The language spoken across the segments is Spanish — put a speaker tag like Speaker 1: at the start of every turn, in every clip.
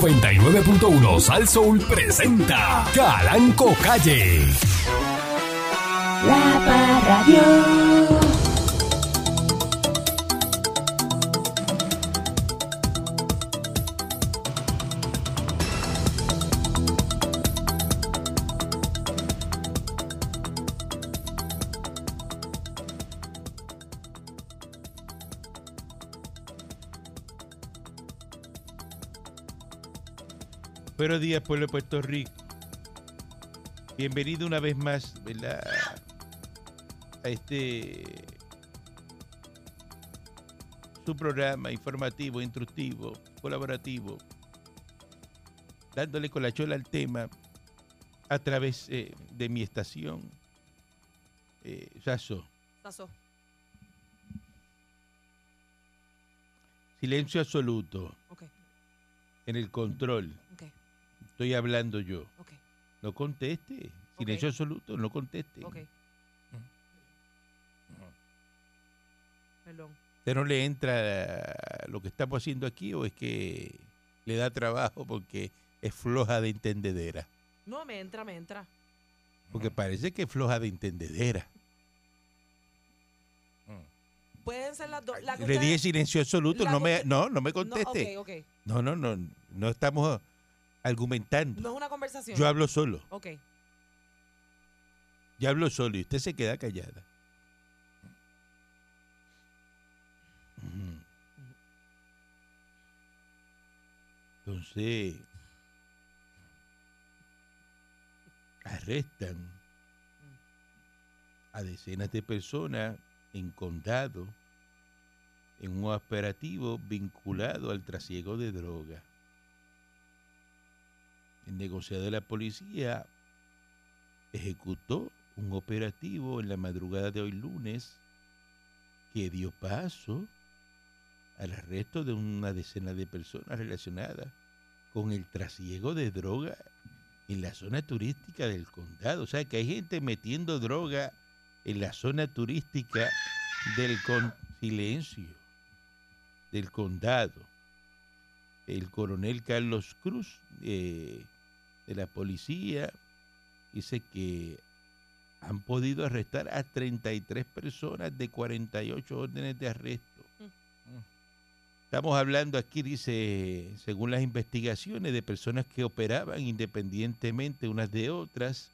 Speaker 1: 99.1 Sal Soul presenta Calanco Calle.
Speaker 2: La Parradio.
Speaker 3: Buenos días, pueblo de Puerto Rico. Bienvenido una vez más, ¿verdad? A este. Su programa informativo, instructivo, colaborativo. Dándole con la chola al tema a través eh, de mi estación. Eh, Sasso.
Speaker 4: Tazo.
Speaker 3: Silencio absoluto
Speaker 4: Ok,
Speaker 3: en el control.
Speaker 4: ok,
Speaker 3: Estoy hablando yo.
Speaker 4: ok,
Speaker 3: No conteste. Silencio absoluto, no conteste.
Speaker 4: ok.
Speaker 3: Mm.
Speaker 4: Perdón.
Speaker 3: ¿Usted no le entra lo que estamos haciendo aquí o es que le da trabajo porque es floja de entendedera?
Speaker 4: No, me entra, me entra.
Speaker 3: Porque parece que es floja de entendedera.
Speaker 4: Pueden ser las dos. la que
Speaker 3: Le dije
Speaker 4: ustedes-
Speaker 3: silencio absoluto,
Speaker 4: la
Speaker 3: no me,
Speaker 4: conte-
Speaker 3: no, no me conteste.
Speaker 4: No, ok, ok.
Speaker 3: No, no, no, no, estamos argumentando.
Speaker 4: No es una conversación.
Speaker 3: Yo hablo solo,
Speaker 4: Ok.
Speaker 3: yo hablo solo y usted se queda callada. Ujú. Entonces, arrestan a decenas de personas en condado en un operativo vinculado al trasiego de droga. El negociado de la policía ejecutó un operativo en la madrugada de hoy lunes que dio paso al arresto de una decena de personas relacionadas con el trasiego de droga en la zona turística del condado. O sea, que hay gente metiendo droga en la zona turística del con silencio del condado. El coronel Carlos Cruz eh, de la policía dice que han podido arrestar a 33 personas de 48 órdenes de arresto. Estamos hablando aquí, dice, según las investigaciones, de personas que operaban independientemente unas de otras.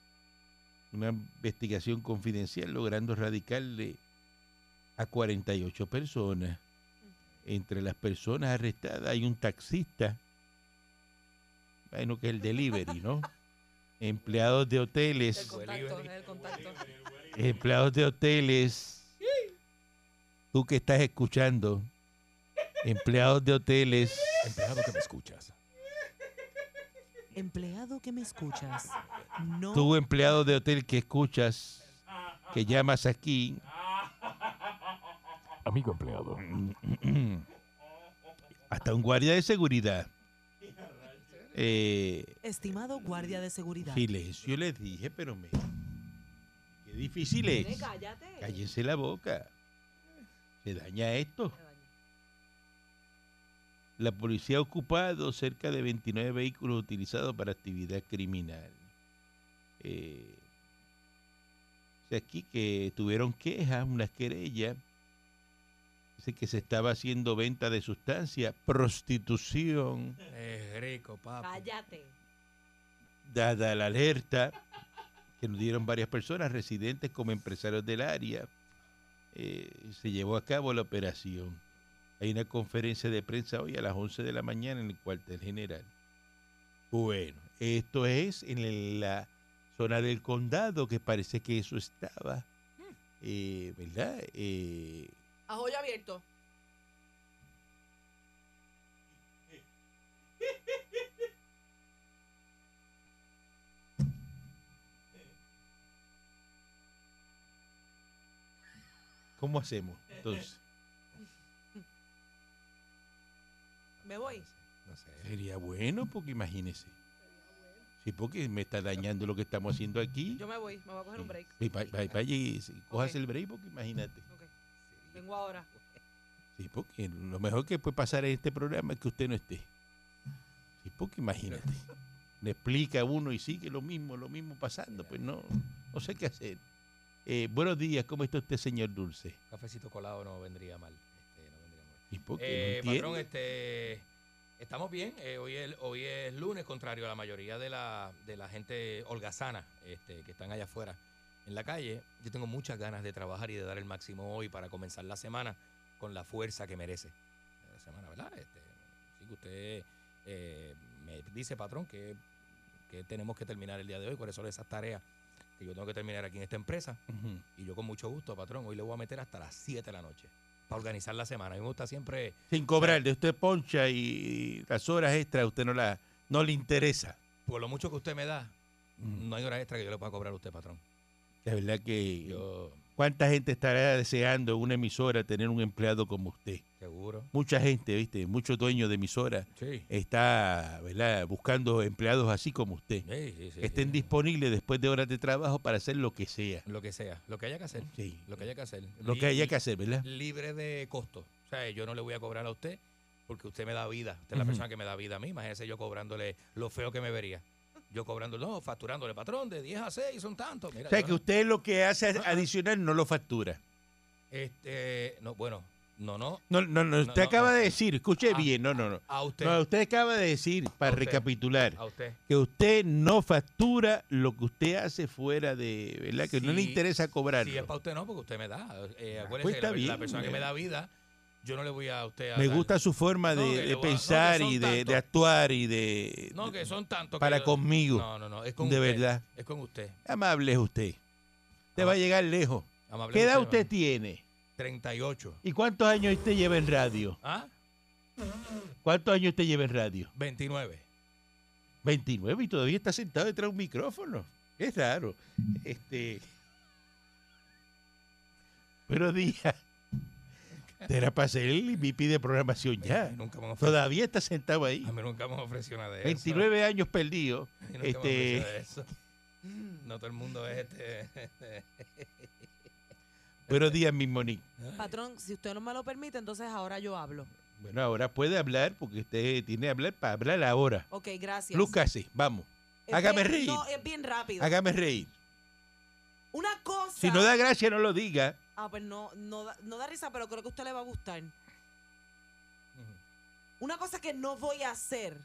Speaker 3: Una investigación confidencial logrando radicarle a 48 personas. Entre las personas arrestadas hay un taxista, bueno, que es el delivery, ¿no? Empleados de
Speaker 4: El
Speaker 3: hoteles
Speaker 4: contacto, el contacto.
Speaker 3: empleados de hoteles, tú que estás escuchando, empleados de hoteles,
Speaker 1: Empleado que me escuchas.
Speaker 4: Empleado que me escuchas. No.
Speaker 3: tú empleado de hotel que escuchas, que llamas aquí,
Speaker 1: Amigo empleado.
Speaker 3: hasta un guardia de seguridad. Eh,
Speaker 4: Estimado guardia de seguridad.
Speaker 3: silencio les dije, pero me... Qué difícil
Speaker 4: Nene,
Speaker 3: es.
Speaker 4: cállate.
Speaker 3: Cállense la boca. Se daña esto. La policía ha ocupado cerca de 29 vehículos utilizados para actividad criminal. Eh, dice aquí que tuvieron quejas, unas querellas. Dice que se estaba haciendo venta de sustancias, prostitución,
Speaker 5: Es rico, papi.
Speaker 4: Cállate.
Speaker 3: dada la alerta que nos dieron varias personas, residentes como empresarios del área. eh, se llevó a cabo la operación. Hay una conferencia de prensa hoy a las 11 de la mañana en el cuartel general. Bueno, esto es en el- la zona del condado, que parece que eso estaba, eh, ¿verdad? Eh,
Speaker 4: A hoyo abierto.
Speaker 3: ¿Cómo hacemos? Entonces,
Speaker 4: Me voy.
Speaker 5: No sé.
Speaker 3: sería bueno, porque imagínese. Sí, porque me está dañando lo que estamos haciendo aquí.
Speaker 4: Yo me voy. Me voy a coger un break.
Speaker 3: Sí, va- va- vaya y sí, cojas
Speaker 4: Ok.
Speaker 3: el break porque imagínate.
Speaker 4: Ok. Vengo ahora.
Speaker 3: Sí, porque lo mejor que puede pasar en este programa es que usted no esté. Sí, porque imagínate. Le explica a uno y sigue lo mismo, lo mismo pasando. Pues no, no sé qué hacer. Eh, buenos días, ¿cómo está usted, señor Dulce?
Speaker 5: Cafecito colado no vendría mal. Este, no vendría mal.
Speaker 3: ¿Y por qué?
Speaker 5: Eh,
Speaker 3: no entiendo.
Speaker 5: patrón, este, estamos bien. eh, hoy, es, hoy es lunes, contrario a la mayoría de la, de la gente holgazana este, que están allá afuera en la calle. Yo tengo muchas ganas de trabajar y de dar el máximo hoy para comenzar la semana con la fuerza que merece. La semana, ¿verdad? Este, así que usted eh, me dice, patrón, que, que tenemos que terminar el día de hoy, cuáles son esas tareas que yo tengo que terminar aquí en esta empresa.
Speaker 3: Ujú.
Speaker 5: Y yo con mucho gusto, patrón, hoy le voy a meter hasta las 7 de la noche para organizar la semana. A mí me gusta siempre...
Speaker 3: Sin cobrar, de usted poncha y las horas extras a usted no, la, no le interesa.
Speaker 5: Por lo mucho que usted me da,
Speaker 3: Ujú.
Speaker 5: no hay hora extra que yo le pueda cobrar a usted, patrón.
Speaker 3: La verdad que
Speaker 5: Yo,
Speaker 3: ¿Cuánta gente estará deseando en una emisora tener un empleado como usted?
Speaker 5: seguro.
Speaker 3: Mucha gente, ¿viste? Muchos dueños de emisora
Speaker 5: Sí.
Speaker 3: está, ¿verdad? Buscando empleados así como usted.
Speaker 5: Sí, sí, sí,
Speaker 3: Que estén
Speaker 5: sí.
Speaker 3: disponibles después de horas de trabajo para hacer lo que sea.
Speaker 5: Lo que sea, lo que haya que hacer.
Speaker 3: Sí.
Speaker 5: Lo que haya que hacer.
Speaker 3: Lo que haya que hacer, ¿verdad?
Speaker 5: Libre de costo. O sea, yo no le voy a cobrar a usted porque usted me da vida. Usted es la
Speaker 3: Ujú.
Speaker 5: persona que me da vida a mí. Imagínese yo cobrándole lo feo que me vería. Yo cobrándole, no, facturándole, patrón, de 10 a 6 son tantos. Mira,
Speaker 3: O sea,
Speaker 5: yo
Speaker 3: que
Speaker 5: no-
Speaker 3: usted lo que hace
Speaker 5: Ah, ah.
Speaker 3: adicional no lo factura.
Speaker 5: Este, no, bueno, no, no.
Speaker 3: No, no, no. Usted
Speaker 5: no,
Speaker 3: acaba
Speaker 5: no.
Speaker 3: de decir, escuche
Speaker 5: Ah,
Speaker 3: bien, no, no, no.
Speaker 5: A usted.
Speaker 3: No, usted acaba de decir, para
Speaker 5: usted.
Speaker 3: recapitular,
Speaker 5: a usted.
Speaker 3: que usted no factura lo que usted hace fuera de, ¿verdad? Que no le
Speaker 5: Sí,
Speaker 3: interesa cobrarlo.
Speaker 5: Si es para usted, no, porque usted me da. Eh, acuérdese
Speaker 3: pues
Speaker 5: que la,
Speaker 3: está
Speaker 5: la
Speaker 3: bien,
Speaker 5: persona que
Speaker 3: eh.
Speaker 5: me da vida, yo no le voy a usted a
Speaker 3: Me
Speaker 5: dar-
Speaker 3: gusta su forma de,
Speaker 5: No,
Speaker 3: de
Speaker 5: que le voy a- no, que
Speaker 3: pensar
Speaker 5: son
Speaker 3: y de,
Speaker 5: tantos.
Speaker 3: de actuar y de...
Speaker 5: No, que son tantos. que
Speaker 3: Para
Speaker 5: yo-
Speaker 3: conmigo.
Speaker 5: No, no, no. Es con
Speaker 3: De
Speaker 5: usted,
Speaker 3: verdad.
Speaker 5: Es con usted.
Speaker 3: Amable es usted. Te va a
Speaker 5: Amable.
Speaker 3: llegar lejos.
Speaker 5: Amable.
Speaker 3: ¿Qué edad
Speaker 5: Ah. usted,
Speaker 3: usted tiene?
Speaker 5: hermano. 38.
Speaker 3: ¿Y cuántos años usted lleva en radio?
Speaker 5: ¿Ah?
Speaker 3: ¿Cuántos años usted lleva en radio?
Speaker 5: 29.
Speaker 3: 29 y todavía está sentado detrás de un micrófono. Es raro. Este... Buenos días. Será para ser el MVP de programación
Speaker 5: A
Speaker 3: ya.
Speaker 5: mí nunca me ofreció,
Speaker 3: Todavía está sentado ahí.
Speaker 5: a mí nunca me ofreció nada de eso.
Speaker 3: 29 años perdidos.
Speaker 5: A mí nunca me
Speaker 3: este-
Speaker 5: ofreció de eso. No todo el mundo es este.
Speaker 3: Buenos días, mi Monique.
Speaker 4: Patrón, si usted no me lo permite, entonces ahora yo hablo.
Speaker 3: Bueno, ahora puede hablar porque usted tiene que hablar para hablar ahora.
Speaker 4: Ok, gracias.
Speaker 3: Lucas, sí, vamos.
Speaker 4: Es
Speaker 3: hágame
Speaker 4: bien-
Speaker 3: reír.
Speaker 4: No, es bien rápido.
Speaker 3: Hágame reír.
Speaker 4: Una cosa.
Speaker 3: Si no da gracia, no lo diga.
Speaker 4: Ah, pues no, no, da- no da risa, pero creo que a usted le va a gustar. Una cosa que no voy a hacer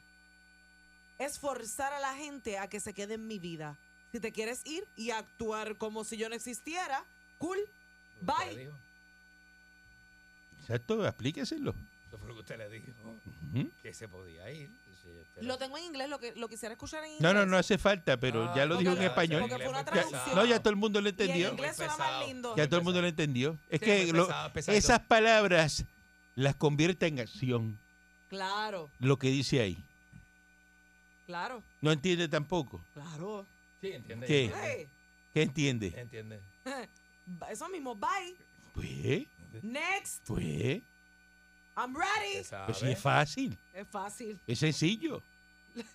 Speaker 4: es forzar a la gente a que se quede en mi vida. Si te quieres ir y actuar como si yo no existiera, cool.
Speaker 5: Bye.
Speaker 4: Bye.
Speaker 3: Exacto, aplíqueselo.
Speaker 5: Eso fue lo que usted le dijo.
Speaker 3: Ujú.
Speaker 5: Que se podía ir. Sí, usted
Speaker 4: Lo tengo en inglés, lo, que, lo quisiera escuchar en inglés.
Speaker 3: No, no, no hace falta, pero
Speaker 5: Ah,
Speaker 3: ya lo
Speaker 5: no,
Speaker 3: dijo en
Speaker 5: porque-
Speaker 3: español.
Speaker 4: porque fue una
Speaker 5: Ya-
Speaker 4: traducción.
Speaker 3: No, ya todo el mundo lo
Speaker 4: Y en
Speaker 3: entendió.
Speaker 4: inglés
Speaker 5: Muy
Speaker 4: suena más
Speaker 5: pesado.
Speaker 4: lindo.
Speaker 3: Ya todo el
Speaker 5: Muy
Speaker 3: mundo lo
Speaker 5: pesado.
Speaker 3: entendió. Es
Speaker 5: Sí,
Speaker 3: que
Speaker 5: muy
Speaker 3: lo-
Speaker 5: pesado, pesadito.
Speaker 3: esas palabras las convierte en acción,
Speaker 4: Claro,
Speaker 3: lo que dice ahí.
Speaker 4: claro,
Speaker 3: No entiende tampoco.
Speaker 4: claro.
Speaker 5: Sí, entiende.
Speaker 3: ¿Qué?
Speaker 5: Entiende.
Speaker 4: Hey,
Speaker 3: ¿Qué entiende?
Speaker 5: entiende.
Speaker 4: eso mismo, bye.
Speaker 3: Pues,
Speaker 4: Next,
Speaker 3: pues,
Speaker 4: I'm ready.
Speaker 5: Usted sabe.
Speaker 3: pues sí es fácil.
Speaker 4: Es fácil.
Speaker 3: Es sencillo.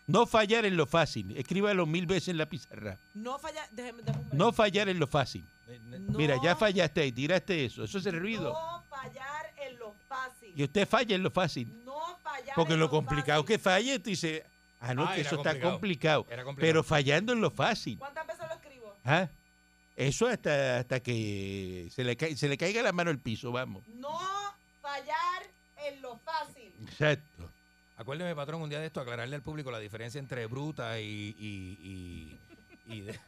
Speaker 3: No fallar en lo fácil. Escríbalo mil veces en la pizarra.
Speaker 4: No fallar, déjeme, déjeme un break.
Speaker 3: No fallar en lo fácil.
Speaker 5: Ne- ne-
Speaker 4: No.
Speaker 3: Mira, ya fallaste y tiraste eso. Eso es el ruido.
Speaker 4: No fallar en lo fácil.
Speaker 3: Y usted falla en lo fácil.
Speaker 4: No fallar
Speaker 3: Porque
Speaker 4: en
Speaker 3: lo complicado
Speaker 4: fácil.
Speaker 3: que falle, tú dices, ah, no,
Speaker 5: Ah,
Speaker 3: que
Speaker 5: era
Speaker 3: eso está complicado.
Speaker 5: Era complicado.
Speaker 3: Pero fallando en lo fácil.
Speaker 4: ¿Cuántas veces lo escribo?
Speaker 3: ¿ah? Eso hasta, hasta que se le, ca- se le caiga la mano al piso, vamos.
Speaker 4: No fallar en lo fácil.
Speaker 3: Exacto.
Speaker 5: Acuérdeme, patrón, un día de esto, aclararle al público la diferencia entre bruta y. y, y, y de-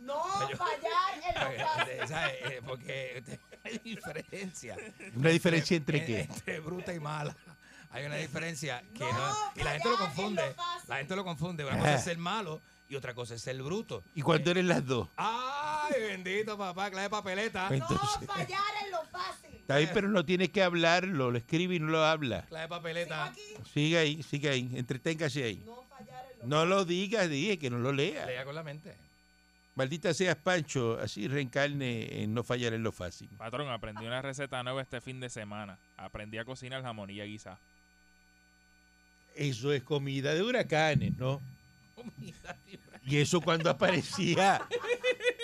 Speaker 4: No
Speaker 5: yo-
Speaker 4: fallar en lo fácil.
Speaker 5: ¿sabe? Eh, Porque hay diferencia. Eh,
Speaker 3: Una diferencia entre qué.
Speaker 5: Entre bruta y mala. Hay una diferencia que
Speaker 4: No,
Speaker 5: no. y la gente
Speaker 4: callar es
Speaker 5: lo
Speaker 4: lo
Speaker 5: confunde.
Speaker 4: fácil.
Speaker 5: la gente lo confunde. Una cosa
Speaker 3: Ah.
Speaker 5: es ser malo y otra cosa es ser bruto.
Speaker 3: Y cuando eres las dos.
Speaker 5: ¡Ay, bendito papá! Clase de papeleta.
Speaker 3: Ven.
Speaker 4: No
Speaker 3: Entonces-
Speaker 4: fallar en lo fácil.
Speaker 3: Está bien, pero no tiene que hablarlo. Lo escribe y no lo habla.
Speaker 5: Clase de
Speaker 4: Sigo
Speaker 5: papeleta.
Speaker 4: aquí.
Speaker 3: Sigue ahí, sigue ahí. Entreténgase ahí.
Speaker 4: No fallar en lo
Speaker 3: No lo digas, dije que no lo lea.
Speaker 5: Lea con la mente.
Speaker 3: Maldita seas, Pancho, así reencarne en no fallar en lo fácil.
Speaker 2: Patrón, aprendí una receta nueva este fin de semana. Aprendí a cocinar jamonilla guisa.
Speaker 3: Eso es comida de huracanes, ¿no?
Speaker 5: Oh,
Speaker 3: Y eso cuando aparecía,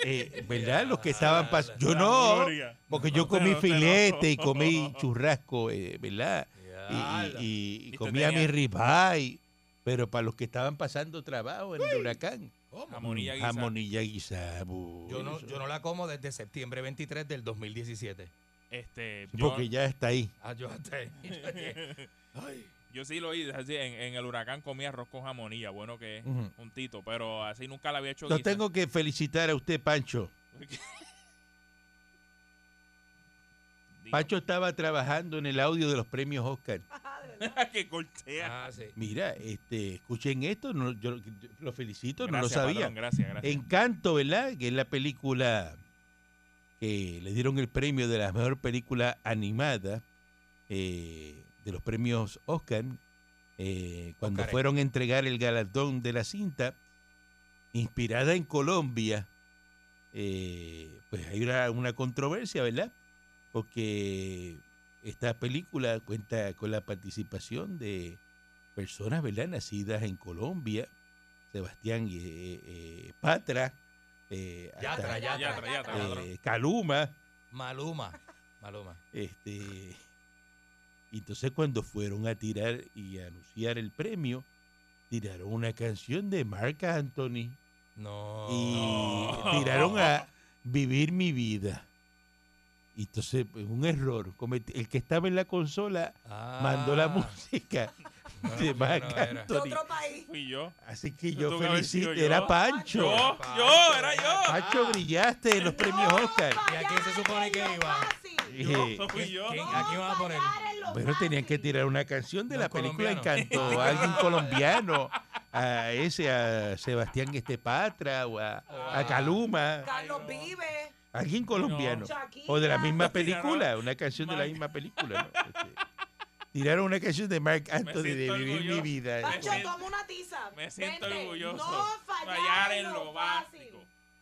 Speaker 3: eh, ¿verdad? Los que estaban pasando. Yo no, porque yo comí filete y comí churrasco, eh, ¿verdad?
Speaker 5: Alda.
Speaker 3: y- y, y
Speaker 2: Viste,
Speaker 3: comía
Speaker 2: tenía-
Speaker 3: mi ribeye, pero para los que estaban pasando trabajo en el huracán,
Speaker 5: ¿Cómo?
Speaker 2: Jamonilla
Speaker 3: mm,
Speaker 2: guisada.
Speaker 3: jamonilla guisada. bu-
Speaker 5: Yo no,
Speaker 3: eso.
Speaker 5: yo no la como desde septiembre 23 del 2017.
Speaker 2: Este,
Speaker 3: Sí,
Speaker 2: yo,
Speaker 3: Porque ya está ahí.
Speaker 5: Ah, yo hasta ahí. Yo llegué. Ay.
Speaker 2: yo sí lo hice. así, en, en el huracán comía arroz con jamonilla, bueno que es
Speaker 3: Ujú.
Speaker 2: un tito, pero así nunca la había hecho
Speaker 3: Lo
Speaker 2: guisa.
Speaker 3: tengo que felicitar a usted, Pancho.
Speaker 2: Digo,
Speaker 3: Pancho estaba trabajando en el audio de los premios Oscar.
Speaker 2: que cortea.
Speaker 5: Ah, sí.
Speaker 3: Mira, este, escuchen esto, no, yo, yo lo felicito, no lo
Speaker 2: Gracias,
Speaker 3: sabía.
Speaker 2: patrón, gracias, gracias.
Speaker 3: Encanto, ¿verdad? Que es la película que le dieron el premio de la mejor película animada eh, de los premios Oscar. eh, cuando
Speaker 5: Óscares.
Speaker 3: fueron a entregar el galardón de la cinta, inspirada en Colombia, eh, pues hay una, una controversia, ¿verdad? Porque esta película cuenta con la participación de personas, ¿verdad? Nacidas en Colombia, Sebastián eh, eh, Patra, eh,
Speaker 5: Yatra,
Speaker 3: hasta,
Speaker 5: yatra,
Speaker 2: Yatra, yatra,
Speaker 3: eh,
Speaker 2: patrón.
Speaker 3: Caluma,
Speaker 5: Maluma. Maluma.
Speaker 3: este. y Entonces cuando fueron a tirar y a anunciar el premio, tiraron una canción de Marc Anthony
Speaker 5: No.
Speaker 3: y
Speaker 2: No.
Speaker 3: tiraron a vivir mi vida. Y entonces, pues, un error. cometí- El que estaba en la consola
Speaker 5: Ah.
Speaker 3: mandó la música
Speaker 5: No, no,
Speaker 3: de
Speaker 5: no,
Speaker 3: Marc
Speaker 5: no era.
Speaker 4: De
Speaker 3: Anthony.
Speaker 4: otro país.
Speaker 2: Fui yo.
Speaker 3: Así que
Speaker 2: Eso
Speaker 3: yo
Speaker 2: tuvo que haber
Speaker 3: felicito.
Speaker 2: sido
Speaker 3: Era
Speaker 2: yo.
Speaker 3: Pancho.
Speaker 2: Yo, Ah.
Speaker 5: Pancho.
Speaker 2: yo, era yo.
Speaker 3: Pancho, brillaste en los premios Oscar.
Speaker 5: ¿Y a quién se supone que iba?
Speaker 2: Yo,
Speaker 3: Eh,
Speaker 2: eso fui yo.
Speaker 5: ¿Quién? ¿A quién vamos a poner?
Speaker 3: Bueno, tenían que tirar una canción de
Speaker 5: No,
Speaker 3: la película
Speaker 5: colombiano.
Speaker 3: Encanto. A alguien colombiano. A ese, a Sebastián Estepatra o a,
Speaker 2: Ah.
Speaker 3: a Caluma.
Speaker 4: Carlos vive.
Speaker 3: Alguien colombiano.
Speaker 4: Shakira.
Speaker 3: O de la misma
Speaker 2: Lo tiraron.
Speaker 3: película, una canción de la
Speaker 2: Marc.
Speaker 3: misma película. ¿no? Este, tiraron una canción de Mark Anthony de
Speaker 2: siento
Speaker 3: Vivir mi
Speaker 2: orgulloso.
Speaker 3: vida. este,
Speaker 4: Pancho,
Speaker 2: Me siento-
Speaker 4: toma una tiza.
Speaker 2: Me siento
Speaker 4: Vente.
Speaker 2: orgulloso.
Speaker 4: No
Speaker 2: fallar en
Speaker 4: fácil.
Speaker 2: lo básico.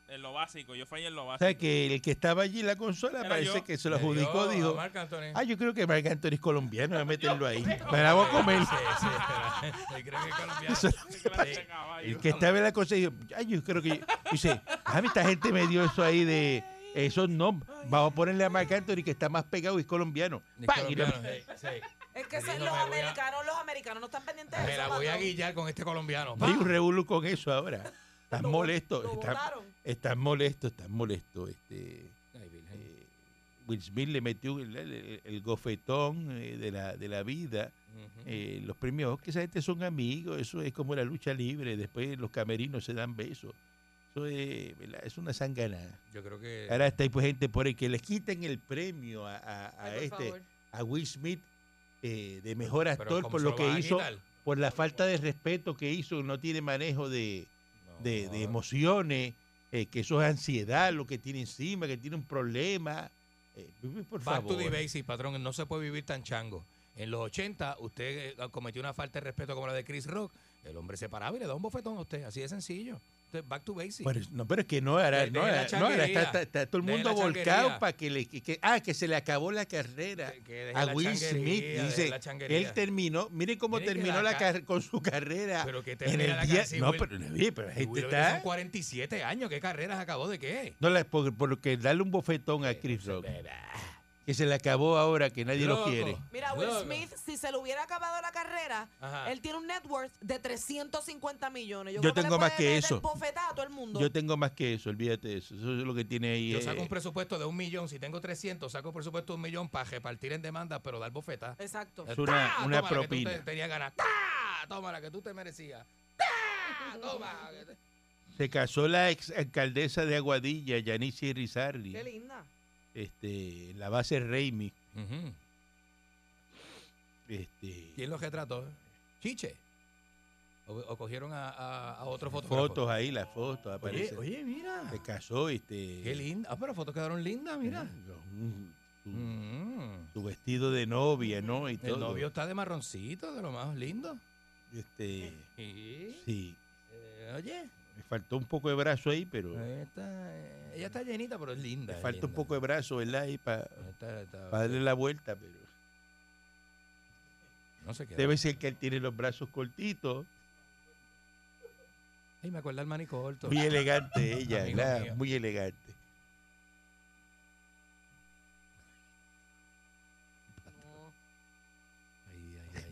Speaker 2: En lo básico. Yo fallé en lo
Speaker 3: O
Speaker 2: básico.
Speaker 3: sea, que el que estaba allí en la consola
Speaker 2: Era
Speaker 3: parece
Speaker 2: yo.
Speaker 3: que se lo
Speaker 5: Le dio
Speaker 3: adjudicó,
Speaker 5: a
Speaker 3: dijo,
Speaker 5: Marc Anthony.
Speaker 3: ah, yo creo que Mark Anthony es colombiano, voy a meterlo ahí. Me la voy a comer.
Speaker 5: Sí, sí, era- él cree que es colombiano.
Speaker 3: Eso-
Speaker 2: Clase de
Speaker 3: El
Speaker 2: caballo.
Speaker 3: que estaba en la consola dijo, ay, yo creo que... yo-". Dice, ah, esta gente me dio eso ahí de... Eso no, vamos a ponerle a Mark Anthony que está más pegado y es colombiano.
Speaker 5: Es
Speaker 3: Pa, y lo-
Speaker 5: colombiano, sí, sí.
Speaker 4: Es que
Speaker 5: Sí,
Speaker 4: son
Speaker 5: no
Speaker 4: los
Speaker 5: me voy a-
Speaker 4: americanos, los americanos no están pendientes de
Speaker 5: Me
Speaker 4: eso.
Speaker 5: la voy a
Speaker 4: patrón.
Speaker 5: guillar con este colombiano.
Speaker 3: Hay un revuelo con eso ahora. Estás
Speaker 4: Lo-
Speaker 3: molesto.
Speaker 4: lo
Speaker 3: estás-
Speaker 4: botaron.
Speaker 3: Estás molesto, estás molesto. Este,
Speaker 5: Ay, virgen.
Speaker 3: eh, Will Smith le metió el, el- el gofetón eh, de, la, de la vida.
Speaker 5: Ujú.
Speaker 3: Eh, los premios que esa gente son amigos, eso es como la lucha libre. Después los camerinos se dan besos. Eso es, ¿verdad? es una sanganada.
Speaker 5: Yo creo que.
Speaker 3: Ahora está ahí, pues, gente por el que les quiten el premio a, a- a
Speaker 6: Ay, por
Speaker 3: este,
Speaker 6: favor.
Speaker 3: a Will Smith eh, de mejor
Speaker 5: pero
Speaker 3: actor
Speaker 5: ¿cómo
Speaker 3: por
Speaker 5: se
Speaker 3: lo
Speaker 5: van
Speaker 3: que
Speaker 5: a
Speaker 3: hizo,
Speaker 5: quitar?
Speaker 3: por la falta de respeto que hizo, no tiene manejo de,
Speaker 5: No,
Speaker 3: de, de
Speaker 5: no.
Speaker 3: emociones, eh, que eso es ansiedad, lo que tiene encima, que tiene un problema. Eh, Bibi, por
Speaker 5: Back
Speaker 3: favor.
Speaker 5: to the basics, patrón. No se puede vivir tan chango. En los 80, usted eh, cometió una falta de respeto como la de Chris Rock. El hombre se paraba y le da un bofetón a usted. Así de sencillo. Entonces, back to basics.
Speaker 3: Pero, no, pero es que no era,
Speaker 5: De-
Speaker 3: no
Speaker 5: deje
Speaker 3: era,
Speaker 5: la
Speaker 3: no era, está,
Speaker 5: changuería.
Speaker 3: está- está todo el
Speaker 5: Deje
Speaker 3: mundo
Speaker 5: la
Speaker 3: volcado
Speaker 5: changuería.
Speaker 3: para que le, que- que- ah, que se le acabó la carrera
Speaker 5: Que- que deje
Speaker 3: a
Speaker 5: la
Speaker 3: eh, Will
Speaker 5: changuería,
Speaker 3: Smith,
Speaker 5: deje
Speaker 3: dice,
Speaker 5: la changuería.
Speaker 3: él terminó, miren cómo
Speaker 5: Mire que
Speaker 3: terminó
Speaker 5: la
Speaker 3: la,
Speaker 5: ca-
Speaker 3: car- con su carrera
Speaker 5: Pero que
Speaker 3: en
Speaker 5: termina
Speaker 3: el
Speaker 5: la
Speaker 3: día,
Speaker 5: canción,
Speaker 3: no,
Speaker 5: Will-
Speaker 3: pero, sí, pero la
Speaker 5: Y
Speaker 3: gente
Speaker 5: Will Smith
Speaker 3: ¿Este está,
Speaker 5: Son 47 años. ¿Qué carreras acabó de qué?
Speaker 3: no la, por, por lo que darle un bofetón a Chris Rock, que se le acabó ahora, que nadie lo
Speaker 5: Loco.
Speaker 3: quiere.
Speaker 4: Mira, Will
Speaker 5: Loco.
Speaker 4: Smith, si se le hubiera acabado la carrera,
Speaker 5: Ajá.
Speaker 4: él tiene un net worth de 350 millones.
Speaker 3: Yo
Speaker 4: Yo, creo
Speaker 3: tengo
Speaker 4: que le
Speaker 3: más
Speaker 4: puede
Speaker 3: que
Speaker 4: meter
Speaker 3: eso.
Speaker 4: bofetada a todo el mundo.
Speaker 3: Yo tengo más que eso, olvídate de eso. Eso es lo que tiene ahí.
Speaker 5: Yo
Speaker 3: eh,
Speaker 5: saco un presupuesto de un millón. Si tengo 300, saco un presupuesto de un millón para repartir en demandas, pero dar bofeta.
Speaker 4: Exacto.
Speaker 3: Es una- una
Speaker 5: Toma la que tú
Speaker 3: propina.
Speaker 5: te- tenías ganas. ¡Tá! Toma la que tú te merecías. ¡Tá! Toma.
Speaker 3: se casó la ex alcaldesa de Aguadilla, Yanice Rizarli,
Speaker 4: Qué linda.
Speaker 3: este, en la base Reimi.
Speaker 5: Ujú.
Speaker 3: Este,
Speaker 5: ¿Quién los retrató? Chiche. O, o cogieron a, a- a otro fotógrafo.
Speaker 3: fotos ahí, las fotos
Speaker 5: Oye,
Speaker 3: aparecen.
Speaker 5: oye, mira.
Speaker 3: Se casó, este.
Speaker 5: Qué linda. Ah, pero fotos quedaron lindas, mira.
Speaker 3: con un-
Speaker 5: Mm.
Speaker 3: Su, su vestido de novia, ¿no? Y todo.
Speaker 5: El novio está de marroncito, de lo más lindo.
Speaker 3: Este,
Speaker 5: Sí.
Speaker 3: sí.
Speaker 5: Eh, oye.
Speaker 3: Me faltó un poco de brazo ahí, pero.
Speaker 5: Ahí está, eh, ella está llenita, pero es linda.
Speaker 3: Me falta un poco de brazo, ¿verdad? Ahí para darle la vuelta, pero.
Speaker 5: no sé qué.
Speaker 3: Debe ser que él tiene los brazos cortitos.
Speaker 5: Ay, me acuerdo al Ah, manicorto.
Speaker 3: Muy elegante ella,
Speaker 5: Amigo
Speaker 3: ¿verdad?
Speaker 5: mío.
Speaker 3: Muy elegante.
Speaker 5: Ay,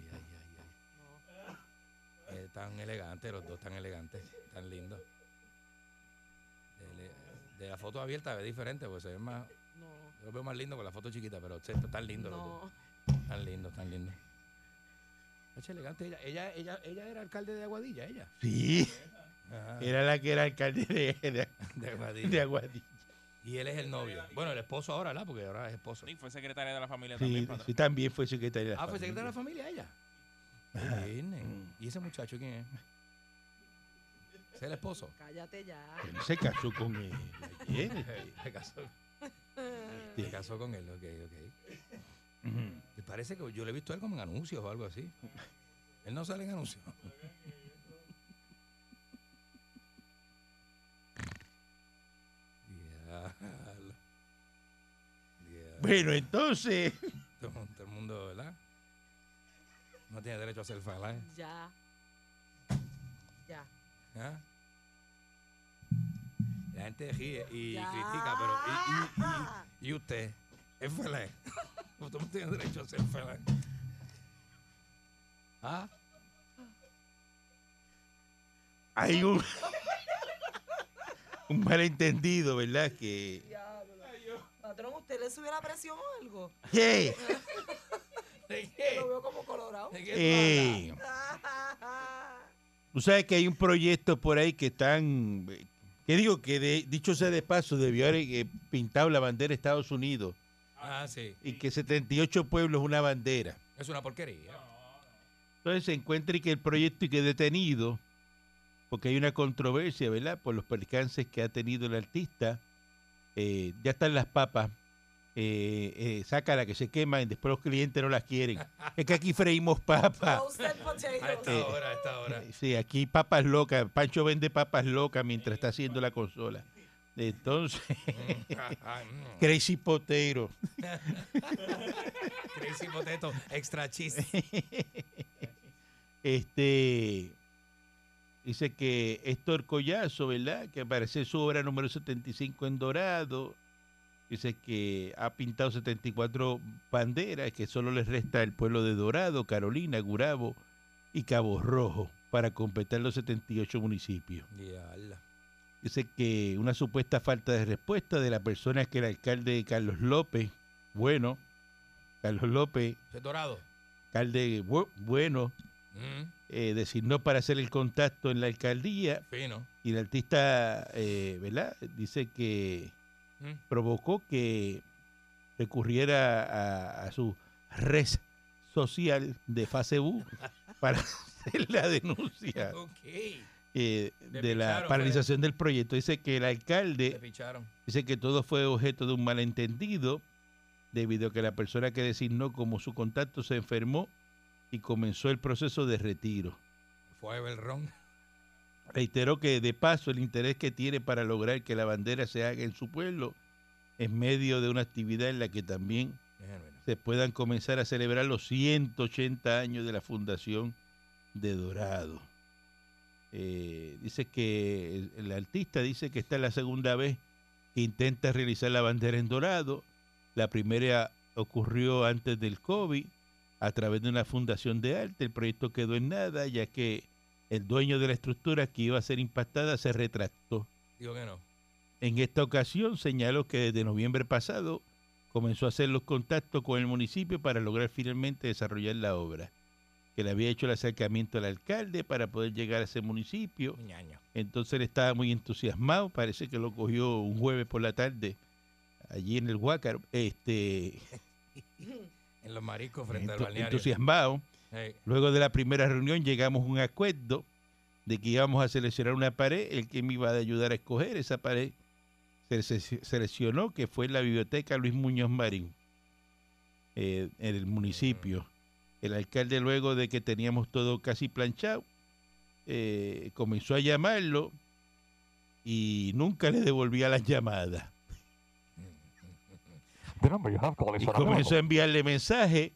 Speaker 5: Eh, tan elegantes, los dos tan elegantes, tan lindos. De, de la foto abierta es diferente, pues se ven más.
Speaker 4: No,
Speaker 5: Yo los veo más lindo con la foto chiquita, pero se- están lindos los dos.
Speaker 4: no.
Speaker 5: Tan lindos, tan lindos. Es elegante ella. Ella, ella, ella era alcalde de Aguadilla, ella.
Speaker 3: Sí, Ah. era la que era alcalde de, de-
Speaker 5: De Aguadilla.
Speaker 3: de Aguadilla.
Speaker 5: Y él es el novio. Bueno, el esposo ahora, ¿la? Porque ahora es esposo.
Speaker 2: Y fue secretaria de la familia
Speaker 3: Sí,
Speaker 2: también. patrón.
Speaker 3: sí, también fue secretaria de la
Speaker 5: Ah, fue
Speaker 3: familia.
Speaker 5: secretaria de la familia ella. Qué bien, eh. ¿Y ese muchacho quién es? Ese Es el esposo.
Speaker 4: Cállate ya.
Speaker 3: Él se casó con él ayer. este.
Speaker 5: Se casó. Se casó con él, ok, ok. Me parece que yo le he visto a él como en anuncios o algo así. Él no sale en anuncios. Diablo. Diablo.
Speaker 3: Bueno, entonces,
Speaker 5: Todo, todo el mundo, ¿verdad? No tiene derecho a hacer falange.
Speaker 4: Ya. Ya.
Speaker 5: ¿Ah? La gente ríe y
Speaker 4: Ya.
Speaker 5: critica, pero. Y, y- y- y usted es feliz. usted no tiene derecho a ser feliz. ¿Ah?
Speaker 3: hay un, un malentendido, ¿verdad? Que,
Speaker 4: Patrón, ¿usted le subió la presión o algo?
Speaker 3: ¡Hey!
Speaker 5: ¿De
Speaker 4: Lo
Speaker 5: qué?
Speaker 4: veo como colorado.
Speaker 5: ¿De qué
Speaker 3: Eh.
Speaker 5: tú
Speaker 3: ¡Hey!
Speaker 5: ah.
Speaker 3: Tú sabes que hay un proyecto por ahí que están, eh, que digo que de- dicho sea de paso, debió haber eh, pintado la bandera de Estados Unidos
Speaker 5: hablas? Ah, sí.
Speaker 3: y que 78 pueblos una bandera.
Speaker 5: Es una porquería.
Speaker 3: Entonces se encuentra y que el proyecto y que detenido, porque hay una controversia, ¿verdad? Por los percances que ha tenido el artista. Eh, ya están las papas, eh, eh, sácala que se queman, después los clientes no las quieren. Es que aquí freímos papas.
Speaker 4: Roasted
Speaker 5: A
Speaker 4: potatoes.
Speaker 5: esta hora, a esta hora.
Speaker 3: Sí, aquí papas locas. Pancho vende papas locas mientras está haciendo la consola. Entonces,
Speaker 5: Mm.
Speaker 3: Crazy Potero.
Speaker 5: Crazy potato, extra cheese.
Speaker 3: Este dice que Héctor Collazo, ¿verdad? Que aparece su obra número 75 en Dorado. Dice que ha pintado 74 banderas, que solo les resta el pueblo de Dorado, Carolina, Gurabo y Cabo Rojo para completar los 78 municipios.
Speaker 5: Diablo.
Speaker 3: Dice que una supuesta falta de respuesta de la persona que el alcalde Carlos López, bueno, Carlos López,
Speaker 5: Ese es dorado.
Speaker 3: alcalde bu- bueno,
Speaker 5: Mm,
Speaker 3: eh, designó para hacer el contacto en la alcaldía
Speaker 5: Fino.
Speaker 3: y el artista, eh, ¿verdad? Dice que
Speaker 5: Mm.
Speaker 3: provocó que recurriera a, a su red social de Facebook para hacer la denuncia
Speaker 5: Ok.
Speaker 3: eh,
Speaker 5: Le
Speaker 3: de la
Speaker 5: picharon, pues.
Speaker 3: paralización del proyecto. Dice que el
Speaker 5: Te
Speaker 3: alcalde
Speaker 5: picharon.
Speaker 3: Dice que todo fue objeto de un malentendido debido a que la persona que designó como su contacto se enfermó y comenzó el proceso de retiro.
Speaker 5: Fue a Belrón.
Speaker 3: Reiteró que de paso el interés que tiene para lograr que la bandera se haga en su pueblo en medio de una actividad en la que también
Speaker 5: Es genuino.
Speaker 3: se puedan comenzar a celebrar los 180 años de la fundación de Dorado. Eh, dice que el, el artista dice que esta es la segunda vez que intenta realizar la bandera en Dorado. La primera ocurrió antes del COVID a través de una fundación de arte. El proyecto quedó en nada ya que el dueño de la estructura que iba a ser impactada se retractó.
Speaker 5: Digo que no.
Speaker 3: En esta ocasión señaló que desde noviembre pasado comenzó a hacer los contactos con el municipio para lograr finalmente desarrollar la obra, que le había hecho el acercamiento al alcalde para poder llegar a ese municipio.
Speaker 5: Ñaño.
Speaker 3: Entonces él estaba muy entusiasmado, parece que lo cogió un jueves por la tarde allí en el Huácar, este,
Speaker 5: En los mariscos frente al
Speaker 3: entu-
Speaker 5: balneario.
Speaker 3: entusiasmado.
Speaker 5: Ey,
Speaker 3: Luego de la primera reunión llegamos a un acuerdo de que íbamos a seleccionar una pared, el que me iba a ayudar a escoger esa pared se se- seleccionó que fue la biblioteca Luis Muñoz Marín eh, en el municipio. El alcalde luego de que teníamos todo casi planchado eh, comenzó a llamarlo y nunca le devolvía las llamadas. Y comenzó a enviarle mensajes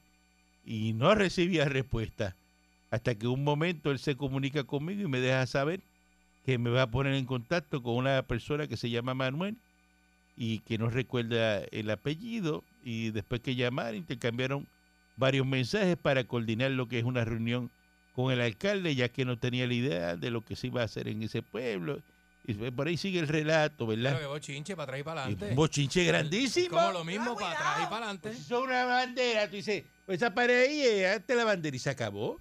Speaker 3: y no recibía respuesta. Hasta que un momento él se comunica conmigo y me deja saber que me va a poner en contacto con una persona que se llama Manuel y que no recuerda el apellido. Y después que llamaron, intercambiaron varios mensajes para coordinar lo que es una reunión con el alcalde, ya que no tenía la idea de lo que se iba a hacer en ese pueblo. Y fue- por ahí sigue el relato,
Speaker 5: Claro
Speaker 3: ¿verdad?
Speaker 5: que bochinche para atrás y para
Speaker 3: Y
Speaker 5: adelante.
Speaker 3: un bochinche grandísimo.
Speaker 5: Como lo mismo
Speaker 4: Ah, cuidado.
Speaker 5: para atrás y para adelante.
Speaker 3: Pues hizo una bandera, tú dices, pues esa pared ahí, eh, hazte la bandera y se acabó.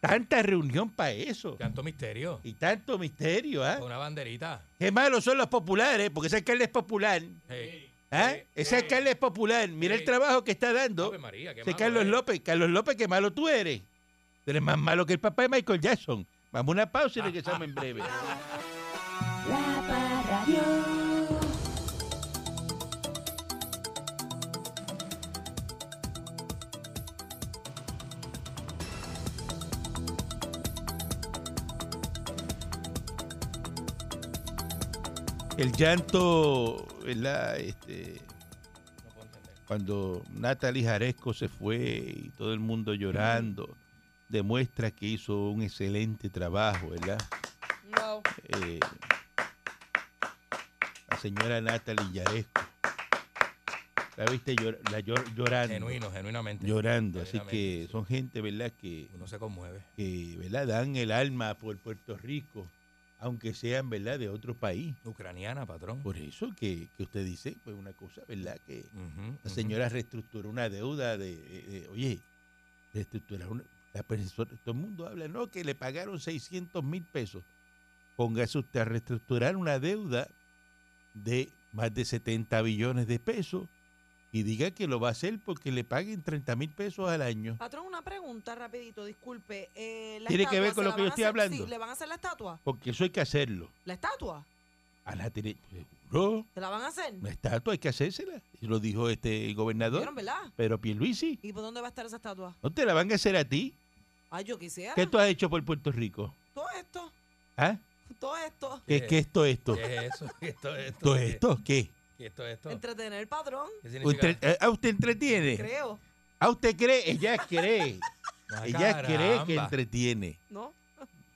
Speaker 3: Tanta reunión para eso.
Speaker 5: Tanto misterio.
Speaker 3: Y tanto misterio, ¿ah?
Speaker 5: Con Una banderita.
Speaker 3: Qué malos son los populares, porque ese alcalde es popular.
Speaker 5: Hey.
Speaker 3: ¿ah?
Speaker 5: Sí,
Speaker 3: Ese alcalde es popular. Mira
Speaker 5: Sí.
Speaker 3: el trabajo que está dando.
Speaker 5: Ave María, qué
Speaker 3: Ese
Speaker 5: malo eh.
Speaker 3: Carlos
Speaker 5: es.
Speaker 3: López. Carlos López, qué malo tú eres. Tú eres más malo que el papá de Michael Jackson. Vamos a una pausa y regresamos en breve.
Speaker 6: La Parradio.
Speaker 3: El llanto, ¿verdad? Este,
Speaker 5: No puedo entender.
Speaker 3: cuando Natalie Jaresco se fue y todo el mundo llorando, demuestra que hizo un excelente trabajo, ¿verdad?
Speaker 4: Wow.
Speaker 3: Eh, la señora Natalie Yaresco. La viste llor- la llor- llorando.
Speaker 5: Genuino, genuinamente.
Speaker 3: Llorando. Así que
Speaker 5: Genuinamente,
Speaker 3: son gente, ¿verdad? Que,
Speaker 5: Uno se conmueve.
Speaker 3: que ¿verdad? dan el alma por Puerto Rico, aunque sean, ¿verdad?, de otro país.
Speaker 5: Ucraniana, patrón.
Speaker 3: Por eso que, que usted dice, pues una cosa, ¿verdad? Que
Speaker 5: Ujú,
Speaker 3: la
Speaker 5: ujú.
Speaker 3: señora reestructuró una deuda de, de- de- oye, reestructurar una, la persona, todo el mundo habla, no, que le pagaron 600 mil pesos. Póngase usted a reestructurar una deuda de más de 70 billones de pesos y diga que lo va a hacer porque le paguen 30 mil pesos al año.
Speaker 4: Patrón, una pregunta rapidito, disculpe. Eh, la
Speaker 3: Tiene que
Speaker 4: estatua,
Speaker 3: ver con
Speaker 4: ¿se
Speaker 3: lo
Speaker 4: la
Speaker 3: que yo
Speaker 4: van a
Speaker 3: estoy
Speaker 4: hacer-
Speaker 3: hablando.
Speaker 4: sí, ¿Le van a hacer la estatua?
Speaker 3: Porque eso hay que hacerlo.
Speaker 4: ¿La estatua?
Speaker 3: A la tele- pues, seguro,
Speaker 4: ¿Se la van a hacer?
Speaker 3: una estatua hay que hacérsela. Y lo dijo este el gobernador.
Speaker 4: ¿Vieron, verdad?
Speaker 3: Pero Pierluisi,
Speaker 4: ¿Y por dónde va a estar esa estatua?
Speaker 3: no te la van a hacer a ti.
Speaker 4: Ay, yo quisiera.
Speaker 3: ¿Qué tú has hecho por Puerto Rico?
Speaker 4: Todo esto,
Speaker 3: ¿Ah?
Speaker 4: todo esto.
Speaker 3: ¿Qué,
Speaker 5: ¿Qué?
Speaker 3: qué esto, esto?
Speaker 5: ¿Qué es eso? ¿Qué esto, esto?
Speaker 3: ¿Esto, esto? ¿Qué?
Speaker 5: ¿Qué esto, esto?
Speaker 4: Entretener, patrón,
Speaker 5: ¿Qué significa?
Speaker 3: ¿Usted, eh, ¿A usted entretiene?
Speaker 4: creo,
Speaker 3: ¿A usted cree? Ella cree.
Speaker 5: Ah,
Speaker 3: Ella cree que
Speaker 5: caramba.
Speaker 3: entretiene.
Speaker 4: ¿no?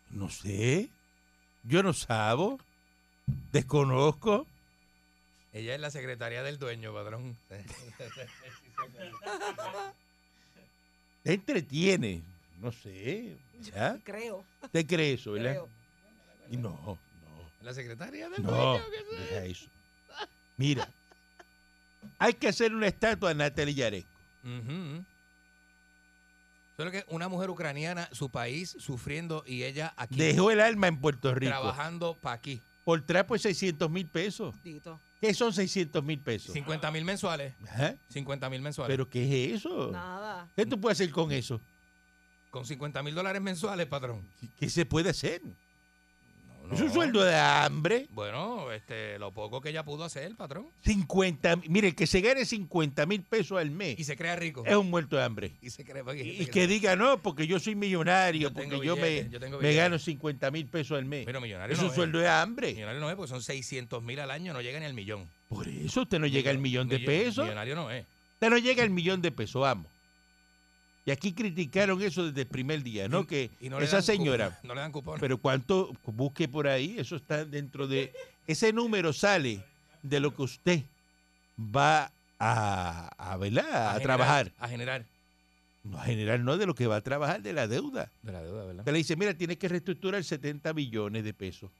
Speaker 3: No sé. Yo no sabo. Desconozco.
Speaker 5: Ella es la secretaria del dueño, patrón.
Speaker 3: Entretiene. No sé. ¿Ya?
Speaker 4: Creo,
Speaker 3: ¿Usted cree eso, verdad?
Speaker 4: creo.
Speaker 3: Y No, no,
Speaker 5: La secretaria del
Speaker 3: no.
Speaker 5: dueño. ¿qué sé?
Speaker 3: Deja eso. Mira. Hay que hacer una estatua a Natalie Yaresco.
Speaker 5: Ujú. Solo que una mujer ucraniana, su país sufriendo y ella aquí
Speaker 3: Dejó el alma en Puerto Rico.
Speaker 5: trabajando para aquí.
Speaker 3: Por trapo es 600 mil pesos.
Speaker 4: Dito.
Speaker 3: ¿Qué son 600 mil pesos?
Speaker 5: 50 mil mensuales.
Speaker 3: Ajá.
Speaker 5: 50 mil mensuales.
Speaker 3: ¿Pero qué es eso?
Speaker 4: Nada.
Speaker 3: ¿Qué tú puedes hacer con eso?
Speaker 5: Con 50 mil dólares mensuales, patrón.
Speaker 3: ¿Qué- ¿Qué se puede hacer?
Speaker 5: No, no.
Speaker 3: Es un sueldo de hambre.
Speaker 5: Bueno, este, lo poco que ella pudo hacer, patrón.
Speaker 3: 50, mi- mire, que se gane 50 mil pesos al
Speaker 5: Y
Speaker 3: mes
Speaker 5: se crea rico.
Speaker 3: es un muerto de hambre.
Speaker 5: Y se crea porque hay gente
Speaker 3: Y que diga, no, porque yo soy millonario,
Speaker 5: Yo tengo
Speaker 3: porque yo me,
Speaker 5: billete, yo tengo
Speaker 3: me
Speaker 5: billete.
Speaker 3: gano 50 mil pesos al mes.
Speaker 5: Pero millonario
Speaker 3: es
Speaker 5: no eh.
Speaker 3: un
Speaker 5: es.
Speaker 3: sueldo de hambre.
Speaker 5: Millonario no es porque son 600 mil al año, no llega ni al millón.
Speaker 3: Por eso usted no llega al millón de
Speaker 5: Millo-
Speaker 3: pesos.
Speaker 5: Millonario no es.
Speaker 3: Usted no llega al millón de pesos, vamos. Y aquí criticaron eso desde el primer día, ¿no?
Speaker 5: Y-
Speaker 3: Que
Speaker 5: y no le
Speaker 3: esa
Speaker 5: dan cupo-
Speaker 3: señora...
Speaker 5: no le dan cupón.
Speaker 3: Pero cuánto busque por ahí, eso está dentro de. Ese número sale de lo que usted va a, a, ¿verdad? a
Speaker 5: generar-
Speaker 3: trabajar.
Speaker 5: A generar.
Speaker 3: No a generar, no de lo que va a trabajar, de la deuda.
Speaker 5: De la deuda, ¿verdad?
Speaker 3: Usted le dice, mira, tienes que reestructurar 70 billones de pesos.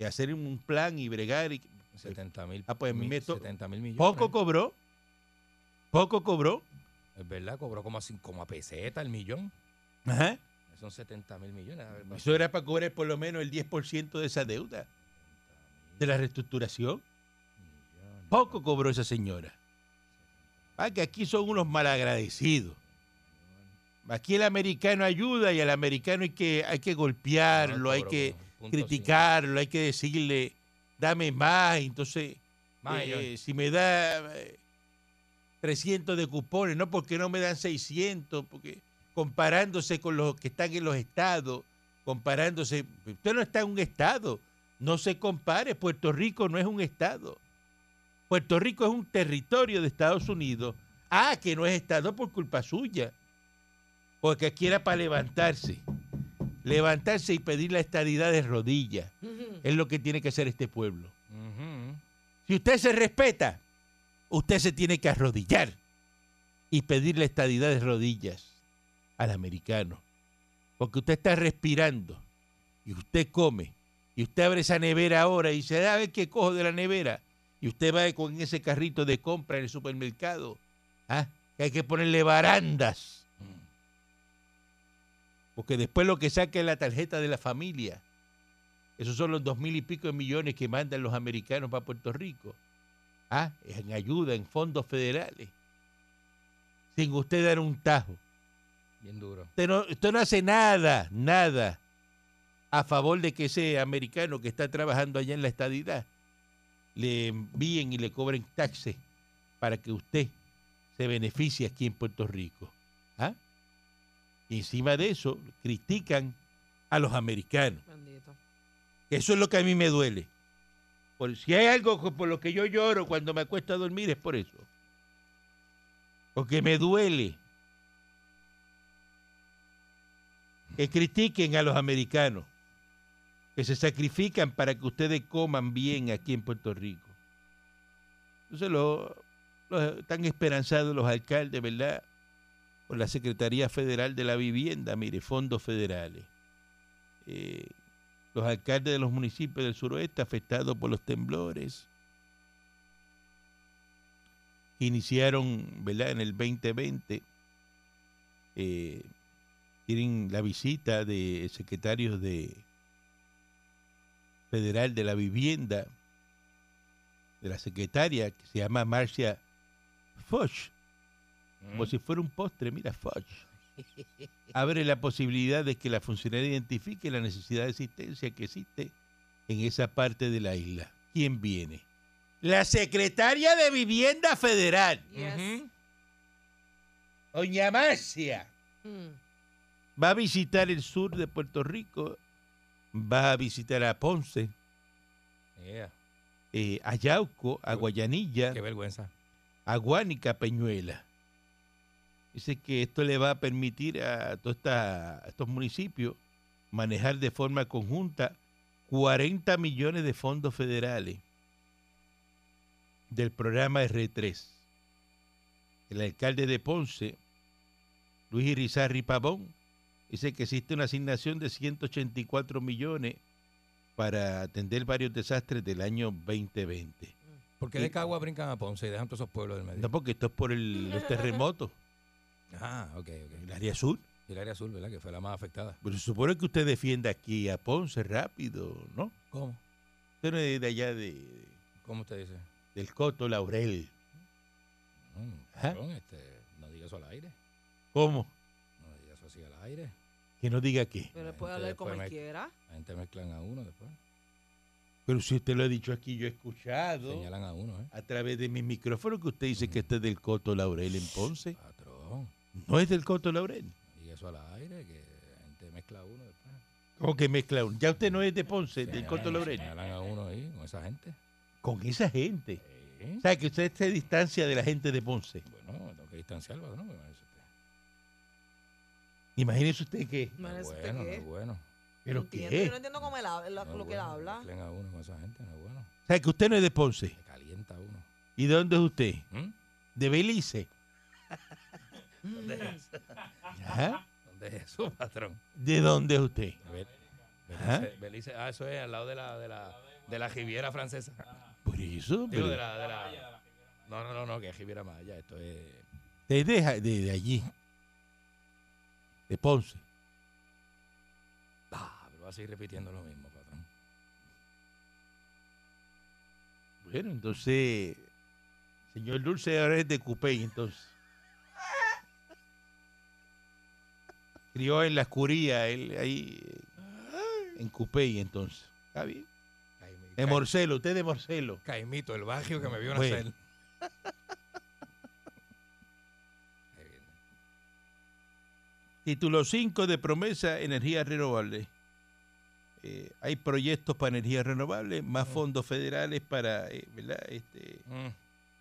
Speaker 3: Y hacer un plan y bregar. Y...
Speaker 5: 70 mil.
Speaker 3: Ah, pues, me to-
Speaker 5: 70 mil millones.
Speaker 3: Poco cobró. Poco cobró.
Speaker 5: Es verdad, cobró como a, cin- como a peseta el millón.
Speaker 3: Ajá.
Speaker 5: Son 70 mil millones. A ver, va-
Speaker 3: Eso era para cobrar por lo menos el 10% de esa deuda. De la reestructuración. Poco cobró esa señora. Ah, que aquí son unos malagradecidos. Aquí el americano ayuda y al americano hay que, hay que golpearlo,
Speaker 5: Ah,
Speaker 3: hay
Speaker 5: cobró
Speaker 3: que
Speaker 5: como punto
Speaker 3: criticarlo, hay que decirle, dame más. Entonces,
Speaker 5: cinco. Más
Speaker 3: eh,
Speaker 5: millones.
Speaker 3: si me da eh, 300 de cupones, no porque no me dan 600, porque comparándose con los que están en los estados, comparándose, usted no está en un estado, no se compare, Puerto Rico no es un estado. Puerto Rico es un territorio de Estados Unidos. Ah, que no es estado por culpa suya. Porque aquí era para levantarse. Levantarse y pedir la estadidad de rodillas.
Speaker 4: Ujú.
Speaker 3: Es lo que tiene que hacer este pueblo.
Speaker 5: Ujú.
Speaker 3: Si usted se respeta, usted se tiene que arrodillar y pedir la estadidad de rodillas al americano. porque usted está respirando y usted come y usted abre esa nevera ahora y dice, a ver qué cojo de la nevera. Y usted va con ese carrito de compra en el supermercado. ¿ah? Que hay que ponerle barandas. Porque después lo que saca es la tarjeta de la familia. Esos son los dos mil y pico de millones que mandan los americanos para Puerto Rico. ¿ah? En ayuda, en fondos federales. Sin usted dar un tajo.
Speaker 5: Bien duro.
Speaker 3: Usted no, usted no hace nada, nada a favor de que ese americano que está trabajando allá en la estadidad le envíen y le cobren taxes para que usted se beneficie aquí en Puerto Rico. ¿Ah? Y encima de eso, critican a los americanos.
Speaker 4: Bendito.
Speaker 3: Eso es lo que a mí me duele. Por, si hay algo co- por lo que yo lloro cuando me acuesto a dormir es por eso. Porque me duele que critiquen a los americanos, que se sacrifican para que ustedes coman bien aquí en Puerto Rico. Entonces lo, lo- están esperanzados los alcaldes, ¿verdad? Por la Secretaría Federal de la Vivienda, mire, fondos federales. Eh, los alcaldes de los municipios del suroeste afectados por los temblores que iniciaron ¿verdad? en el 2020 eh, tienen la visita de secretarios de federal de la vivienda de la secretaria que se llama Marcia Foch como si fuera un postre, mira, fudge. Abre la posibilidad de que la funcionaria identifique la necesidad de asistencia que existe en esa parte de la isla. ¿Quién viene? La secretaria de Vivienda Federal,
Speaker 4: Yes.
Speaker 3: doña Marcia,
Speaker 4: Mm.
Speaker 3: va a visitar el sur de Puerto Rico, va a visitar a Ponce,
Speaker 5: Yeah,
Speaker 3: eh, a Yauco, a Guayanilla.
Speaker 5: Qué vergüenza.
Speaker 3: a Guánica Peñuela. Dice que esto le va a permitir a, toda esta- a estos municipios manejar de forma conjunta 40 millones de fondos federales del programa R3. El alcalde de Ponce, Luis Irizarri Pavón, dice que existe una asignación de 184 millones para atender varios desastres del año 2020.
Speaker 5: ¿Por qué
Speaker 3: Y-
Speaker 5: de Cagua brincan a Ponce y dejan todos esos pueblos del medio?
Speaker 3: No, porque esto es por el, los terremotos,
Speaker 5: Ah, ok,
Speaker 3: el
Speaker 5: ok.
Speaker 3: área sur.
Speaker 5: Y el área azul, ¿verdad? Que fue la más afectada.
Speaker 3: Pero se supone que usted defienda aquí a Ponce rápido, ¿no?
Speaker 5: ¿Cómo?
Speaker 3: Usted no es de allá de,
Speaker 5: ¿Cómo usted dice?
Speaker 3: del Coto Laurel.
Speaker 5: Mm,
Speaker 3: Ajá.
Speaker 5: cabrón, este, no diga eso al aire.
Speaker 3: ¿Cómo?
Speaker 5: No diga eso así al aire.
Speaker 3: Que no diga qué.
Speaker 4: Pero
Speaker 5: La
Speaker 4: él puede
Speaker 5: gente
Speaker 4: hablar
Speaker 5: después
Speaker 4: como él
Speaker 5: me-
Speaker 4: quiera.
Speaker 5: La gente mezclan a uno después.
Speaker 3: Pero si usted lo ha dicho aquí, yo he escuchado
Speaker 5: Señalan a uno, ¿eh?
Speaker 3: a través de mi micrófono que usted dice que este es del Coto Laurel en Ponce.
Speaker 5: Patrón.
Speaker 3: No es del Coto Laurel.
Speaker 5: no Diga eso al aire, que la gente mezcla a uno después.
Speaker 3: ¿Cómo que mezcla uno? Ya usted no es de Ponce, del
Speaker 5: Señalan-
Speaker 3: Coto Laurel.
Speaker 5: Señalan a uno ahí, con esa gente.
Speaker 3: Con esa gente.
Speaker 5: Sí.
Speaker 3: O sea, que usted se distancia de la gente de Ponce.
Speaker 5: Bueno, me tengo que distanciar, ¿no? Bueno, eso está-
Speaker 3: Imagínese usted que...
Speaker 4: No
Speaker 5: No
Speaker 4: eres
Speaker 5: es bueno, no es
Speaker 4: pequeño.
Speaker 5: bueno.
Speaker 4: No
Speaker 3: ¿Pero
Speaker 4: entiendo, yo no
Speaker 3: qué?
Speaker 4: entiendo cómo él habla,
Speaker 5: No
Speaker 4: lo,
Speaker 5: es
Speaker 4: lo que él
Speaker 5: Ah, bueno,
Speaker 4: habla.
Speaker 5: Mezclan a uno con esa gente, no es bueno.
Speaker 3: O sea, que usted no es de Ponce.
Speaker 5: Se calienta uno.
Speaker 3: ¿Y de dónde es usted?
Speaker 5: ¿Mm?
Speaker 3: De Belice.
Speaker 5: ¿Dónde es eso?
Speaker 3: Ajá.
Speaker 5: ¿Dónde es eso, patrón?
Speaker 3: ¿De dónde es usted?
Speaker 5: Be-
Speaker 3: Ajá.
Speaker 5: Belice, Belice- ah, eso es al lado de la, de la, de la Riviera francesa.
Speaker 3: Por eso,
Speaker 5: Digo,
Speaker 3: pero
Speaker 5: de la, de la- No, no, no, no, que es Riviera Maya, esto es...
Speaker 3: usted es de, Ja- de- de allí, de Ponce.
Speaker 5: Ah, pero va a seguir repitiendo lo mismo, patrón.
Speaker 3: Bueno, entonces, señor Dulce ahora es de Cupey, entonces. Crió en la escuría, él ahí, eh, en Cupey, entonces. Está bien.
Speaker 5: Caimi-
Speaker 3: De Morcelo, usted de Morcelo.
Speaker 5: Caimito, el barrio que me vio
Speaker 3: Bueno.
Speaker 5: nacer. Ahí viene.
Speaker 3: Título 5 de promesa, energías renovables. Eh, hay proyectos para energías renovables, más fondos federales para, eh, ¿verdad? Este,
Speaker 5: Mm.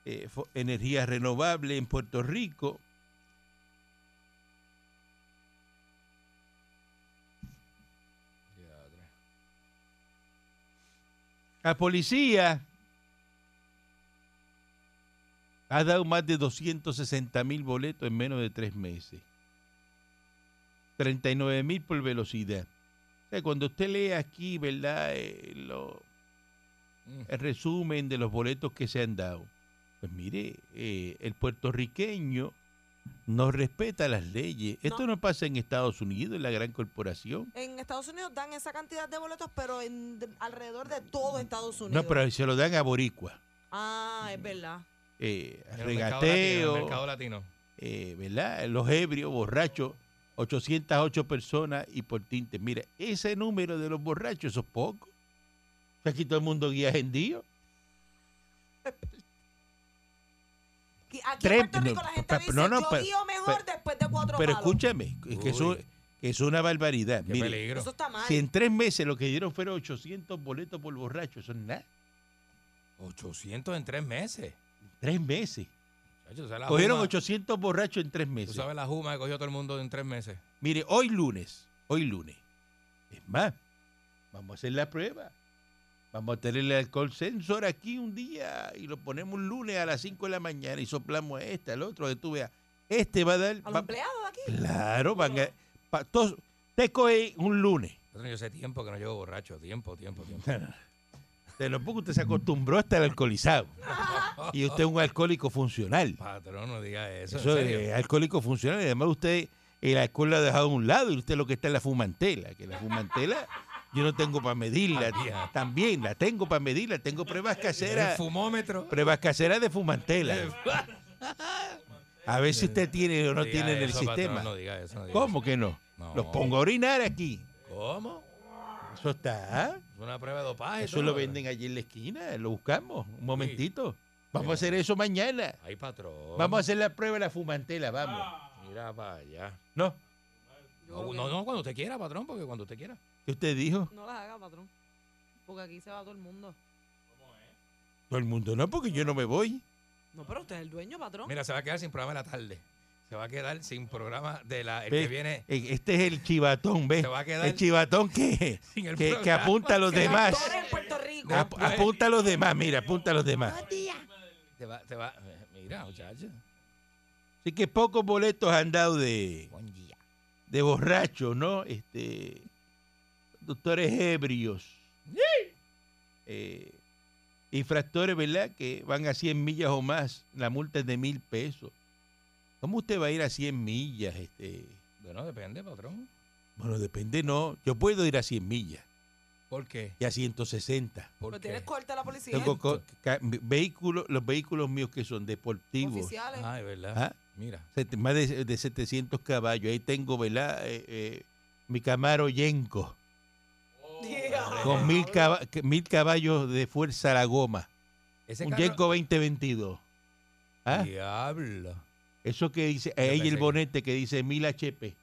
Speaker 3: eh, fo- energía renovable en Puerto Rico.
Speaker 5: Ya, otra.
Speaker 3: La policía ha dado más de 260 mil boletos en menos de tres meses. 39 mil por velocidad. O sea, cuando usted lee aquí, ¿verdad? Eh, lo-
Speaker 5: Mm.
Speaker 3: el resumen de los boletos que se han dado. Pues mire, eh, el puertorriqueño no respeta las leyes. Esto no pasa en Estados Unidos, en la gran corporación.
Speaker 4: En Estados Unidos dan esa cantidad de boletos, pero en, de- alrededor de todo Estados Unidos.
Speaker 3: No, pero se lo dan a boricua.
Speaker 4: Ah, es verdad.
Speaker 3: Eh,
Speaker 5: En el mercado latino, en el
Speaker 3: regateo,
Speaker 5: mercado latino.
Speaker 3: eh, ¿verdad? Los ebrios, borrachos, 808 personas y por tintes. Mira, ese número de los borrachos, eso es poco. O sea, Aquí todo el mundo guía gendío.
Speaker 4: Aquí aquí
Speaker 3: Tres-
Speaker 4: en Puerto Rico
Speaker 3: no,
Speaker 4: la gente
Speaker 3: pero-
Speaker 4: dice,
Speaker 3: no, no,
Speaker 4: yo
Speaker 3: pero-
Speaker 4: guío mejor
Speaker 3: pero-
Speaker 4: después de cuatro
Speaker 3: Pero
Speaker 4: palos".
Speaker 3: escúchame, es que eso
Speaker 5: Uy.
Speaker 3: es una barbaridad.
Speaker 5: Qué
Speaker 3: Mire,
Speaker 5: peligro.
Speaker 4: Eso está mal.
Speaker 3: si en tres meses lo que dieron fueron 800 boletos por borracho, eso es nada.
Speaker 5: 800 en tres meses.
Speaker 3: Tres meses.
Speaker 5: Chacho, tú sabes la
Speaker 3: Cogieron
Speaker 5: juma-
Speaker 3: 800 borrachos en tres
Speaker 5: Tú
Speaker 3: meses.
Speaker 5: sabes la juma que cogió todo el mundo en tres meses.
Speaker 3: Mire, hoy lunes, hoy lunes. Es más, vamos a hacer la prueba. Vamos a tener el alcohol sensor aquí un día y lo ponemos un lunes a las 5 de la mañana y soplamos este, al otro, que tú veas. Este va a dar...
Speaker 4: A los
Speaker 3: va-
Speaker 4: empleados de aquí.
Speaker 3: claro, van a... pa- todos- te coge un lunes.
Speaker 5: Chacho, Yo sé tiempo que no llevo borracho. Tiempo, tiempo, tiempo.
Speaker 3: De lo poco usted se acostumbró a estar alcoholizado. Y usted es un alcohólico funcional.
Speaker 5: Patrón, no diga eso.
Speaker 3: Eso
Speaker 5: en serio.
Speaker 3: es alcohólico funcional. Y además usted el alcohol lo ha dejado a un lado y usted lo que está es la fumantela. Que la fumantela yo no tengo para medirla.
Speaker 5: También.
Speaker 3: También la tengo para medirla. Tengo pruebas
Speaker 5: El
Speaker 3: caseras.
Speaker 5: fumómetro.
Speaker 3: Pruebas caseras de fumantela. A ver si usted tiene o no
Speaker 5: Diga
Speaker 3: tiene en el
Speaker 5: eso, patrón,
Speaker 3: sistema.
Speaker 5: no diga eso. no diga
Speaker 3: ¿Cómo que no?
Speaker 5: No.
Speaker 3: Los pongo a orinar aquí.
Speaker 5: eso. ¿Cómo?
Speaker 3: Eso está.
Speaker 5: Es una prueba de dopaje.
Speaker 3: Eso
Speaker 5: tú,
Speaker 3: lo
Speaker 5: ¿no?
Speaker 3: venden allí en la esquina. Lo buscamos. Un momentito. Vamos a hacer eso mañana.
Speaker 5: Ay, patrón.
Speaker 3: Vamos a hacer la prueba de la fumantela. Vamos.
Speaker 5: Mira para allá.
Speaker 3: ¿No?
Speaker 5: No, no, no, cuando usted quiera, patrón, porque cuando usted quiera.
Speaker 3: ¿Qué usted dijo?
Speaker 4: No las haga, patrón. Porque aquí se va todo el mundo.
Speaker 3: Todo el mundo no, porque yo no me voy.
Speaker 4: No, pero usted es el dueño, patrón.
Speaker 5: Mira, se va a quedar sin programa de la tarde. Se va a quedar sin programa de la. El
Speaker 3: Ve,
Speaker 5: que viene.
Speaker 3: eh, Este es el chivatón, ¿ves?
Speaker 5: Se va a quedar
Speaker 3: el chivatón que,
Speaker 5: sin el
Speaker 3: que, que
Speaker 5: programa.
Speaker 3: apunta a los demás. ah,
Speaker 4: Actores en Puerto Rico. Pues
Speaker 3: Ap- apunta a los demás, mira, apunta a los demás.
Speaker 5: Te va, te va. eh, Mira, muchacho.
Speaker 3: Así que pocos boletos han dado de,
Speaker 5: Buen día.
Speaker 3: de borrachos, ¿no? Este, conductores ebrios. Eh, infractores, ¿verdad? Que van a 100 millas o más. La multa es de mil pesos. ¿Cómo usted va a ir a 100 millas? Este?
Speaker 5: Bueno, depende, patrón.
Speaker 3: Bueno, depende, no. Yo puedo ir a 100 millas.
Speaker 5: ¿Por qué?
Speaker 3: y a 160.
Speaker 5: ¿Por
Speaker 4: Lo tienes
Speaker 5: qué?
Speaker 4: corta la policía.
Speaker 3: Tengo co- ca- vehículos, los vehículos míos que son deportivos,
Speaker 4: Oficiales.
Speaker 5: Ah, es verdad.
Speaker 3: Ajá.
Speaker 5: Mira.
Speaker 3: set- más de, de 700 caballos. Ahí tengo, ¿verdad? Eh, eh, mi Camaro Yenko,
Speaker 4: Yeah.
Speaker 3: con mil, caba- que- mil caballos de fuerza a la goma.
Speaker 5: Ese
Speaker 3: Un
Speaker 5: carro-
Speaker 3: Yenko 2022. ¿Ah?
Speaker 5: Diablo.
Speaker 3: Eso que dice,
Speaker 5: Yo
Speaker 3: ahí
Speaker 5: pensé
Speaker 3: el
Speaker 5: que-
Speaker 3: bonete que dice 1000 HP.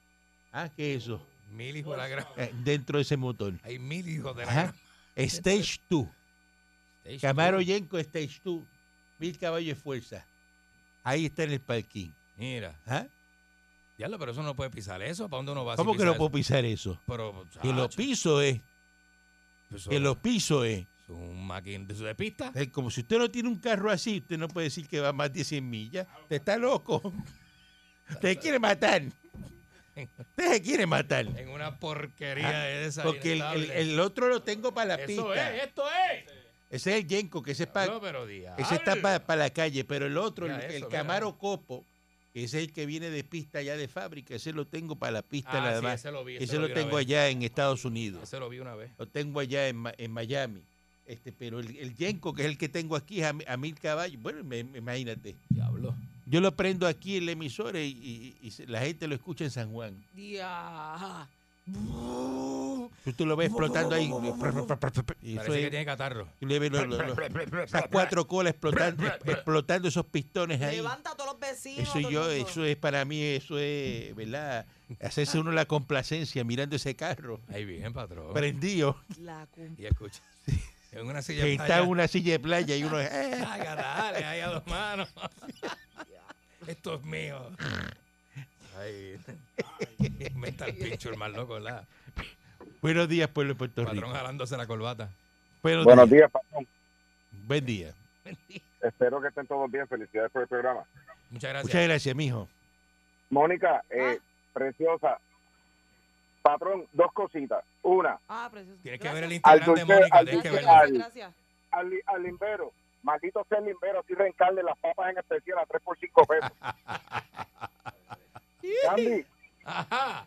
Speaker 3: ¿Ah? ¿Qué es eso?
Speaker 5: Mil hijos de la gran.
Speaker 3: Eh, dentro de ese motor.
Speaker 5: Hay mil hijos de la
Speaker 3: Ajá.
Speaker 5: gran.
Speaker 3: Stage 2.
Speaker 5: Stage
Speaker 3: Camaro
Speaker 5: two.
Speaker 3: Yenko Stage 2. Mil caballos de fuerza. Ahí está en el parking.
Speaker 5: Mira.
Speaker 3: ¿Ah?
Speaker 5: Diablo, pero eso no puede pisar eso. ¿Para dónde uno va? si
Speaker 3: ¿Cómo que
Speaker 5: pisa
Speaker 3: no
Speaker 5: eso?
Speaker 3: puedo pisar eso?
Speaker 5: Pero,
Speaker 3: Que lo
Speaker 5: chacho,
Speaker 3: piso es,
Speaker 5: eso-
Speaker 3: que lo piso es.
Speaker 5: Es un máquina de, de pista.
Speaker 3: Es como si usted no tiene un carro así, usted no puede decir que va más de 100 millas. Usted está loco. Usted quiere matar. Usted se quiere matar.
Speaker 5: En una porquería
Speaker 3: Ah,
Speaker 5: de esa.
Speaker 3: Porque el, el-
Speaker 5: inestable.
Speaker 3: el otro lo tengo para la
Speaker 5: Eso
Speaker 3: pista.
Speaker 5: es, eh. esto es.
Speaker 3: Ese es el Yenko, que ese, es pa-
Speaker 5: No, pero diablo.
Speaker 3: ese está para la calle. Pero el otro, el,
Speaker 5: Mira
Speaker 3: el
Speaker 5: eso, mira.
Speaker 3: Camaro Copo, que ese es el que viene de pista ya de fábrica, ese lo tengo para la pista
Speaker 5: Ah,
Speaker 3: nada
Speaker 5: sí,
Speaker 3: más.
Speaker 5: ese lo vi.
Speaker 3: Ese lo
Speaker 5: vi una
Speaker 3: tengo
Speaker 5: vez.
Speaker 3: allá en Estados Unidos.
Speaker 5: Ese lo vi una vez.
Speaker 3: lo tengo allá en, Ma- en Miami. Este, pero el, el Yenko, que es el que tengo aquí, es a, mi- a mil caballos. Bueno, me- me- imagínate.
Speaker 5: Diablo.
Speaker 3: Yo lo prendo aquí en la emisora y, y- y se- la gente lo escucha en San Juan.
Speaker 4: Yeah.
Speaker 3: Tú, tú lo ves explotando ahí. Y eso
Speaker 5: Parece que
Speaker 3: es-
Speaker 5: tiene catarro.
Speaker 3: tú le ves lo- lo- lo- esas cuatro colas explotando, explotando esos pistones ahí.
Speaker 4: Levanta a todos los vecinos.
Speaker 3: Eso
Speaker 4: todo el
Speaker 3: yo,
Speaker 4: mundo.
Speaker 3: eso es para mí, eso es, ¿verdad? Hacerse uno la complacencia mirando ese carro
Speaker 5: Ahí bien, patrón.
Speaker 3: prendido,
Speaker 4: La cum-
Speaker 5: Y escucha. En una silla.
Speaker 3: que está en
Speaker 5: playa.
Speaker 3: una silla de playa y uno. ¡eh!
Speaker 5: Haga, dale, ahí a dos manos. Esto es mío. Ay. Mental picture, más loco, ¿verdad?
Speaker 3: Buenos días, pueblo de Puerto Rico.
Speaker 5: Patrón jalándose la corbata.
Speaker 3: Buenos
Speaker 7: Buenos
Speaker 3: días.
Speaker 7: días, patrón.
Speaker 3: Buen día.
Speaker 7: Espero que estén todos bien. Felicidades por el programa.
Speaker 5: Muchas gracias.
Speaker 7: Ah.
Speaker 3: Muchas gracias, mijo.
Speaker 7: Mónica, eh, preciosa, Patrón, dos cositas. Una,
Speaker 4: Ah, precioso.
Speaker 5: Tienes que ver el
Speaker 4: Gracias.
Speaker 5: Instagram de
Speaker 7: dulce-
Speaker 5: Mónica,
Speaker 7: al
Speaker 5: tienes que
Speaker 7: dulce-
Speaker 5: verlo.
Speaker 7: al-
Speaker 4: Gracias, gracias.
Speaker 7: al, li- al limbero. Maldito sea el limbero, así reencarne las papas en especial a 3 por 5 pesos. Candy,
Speaker 5: Ajá.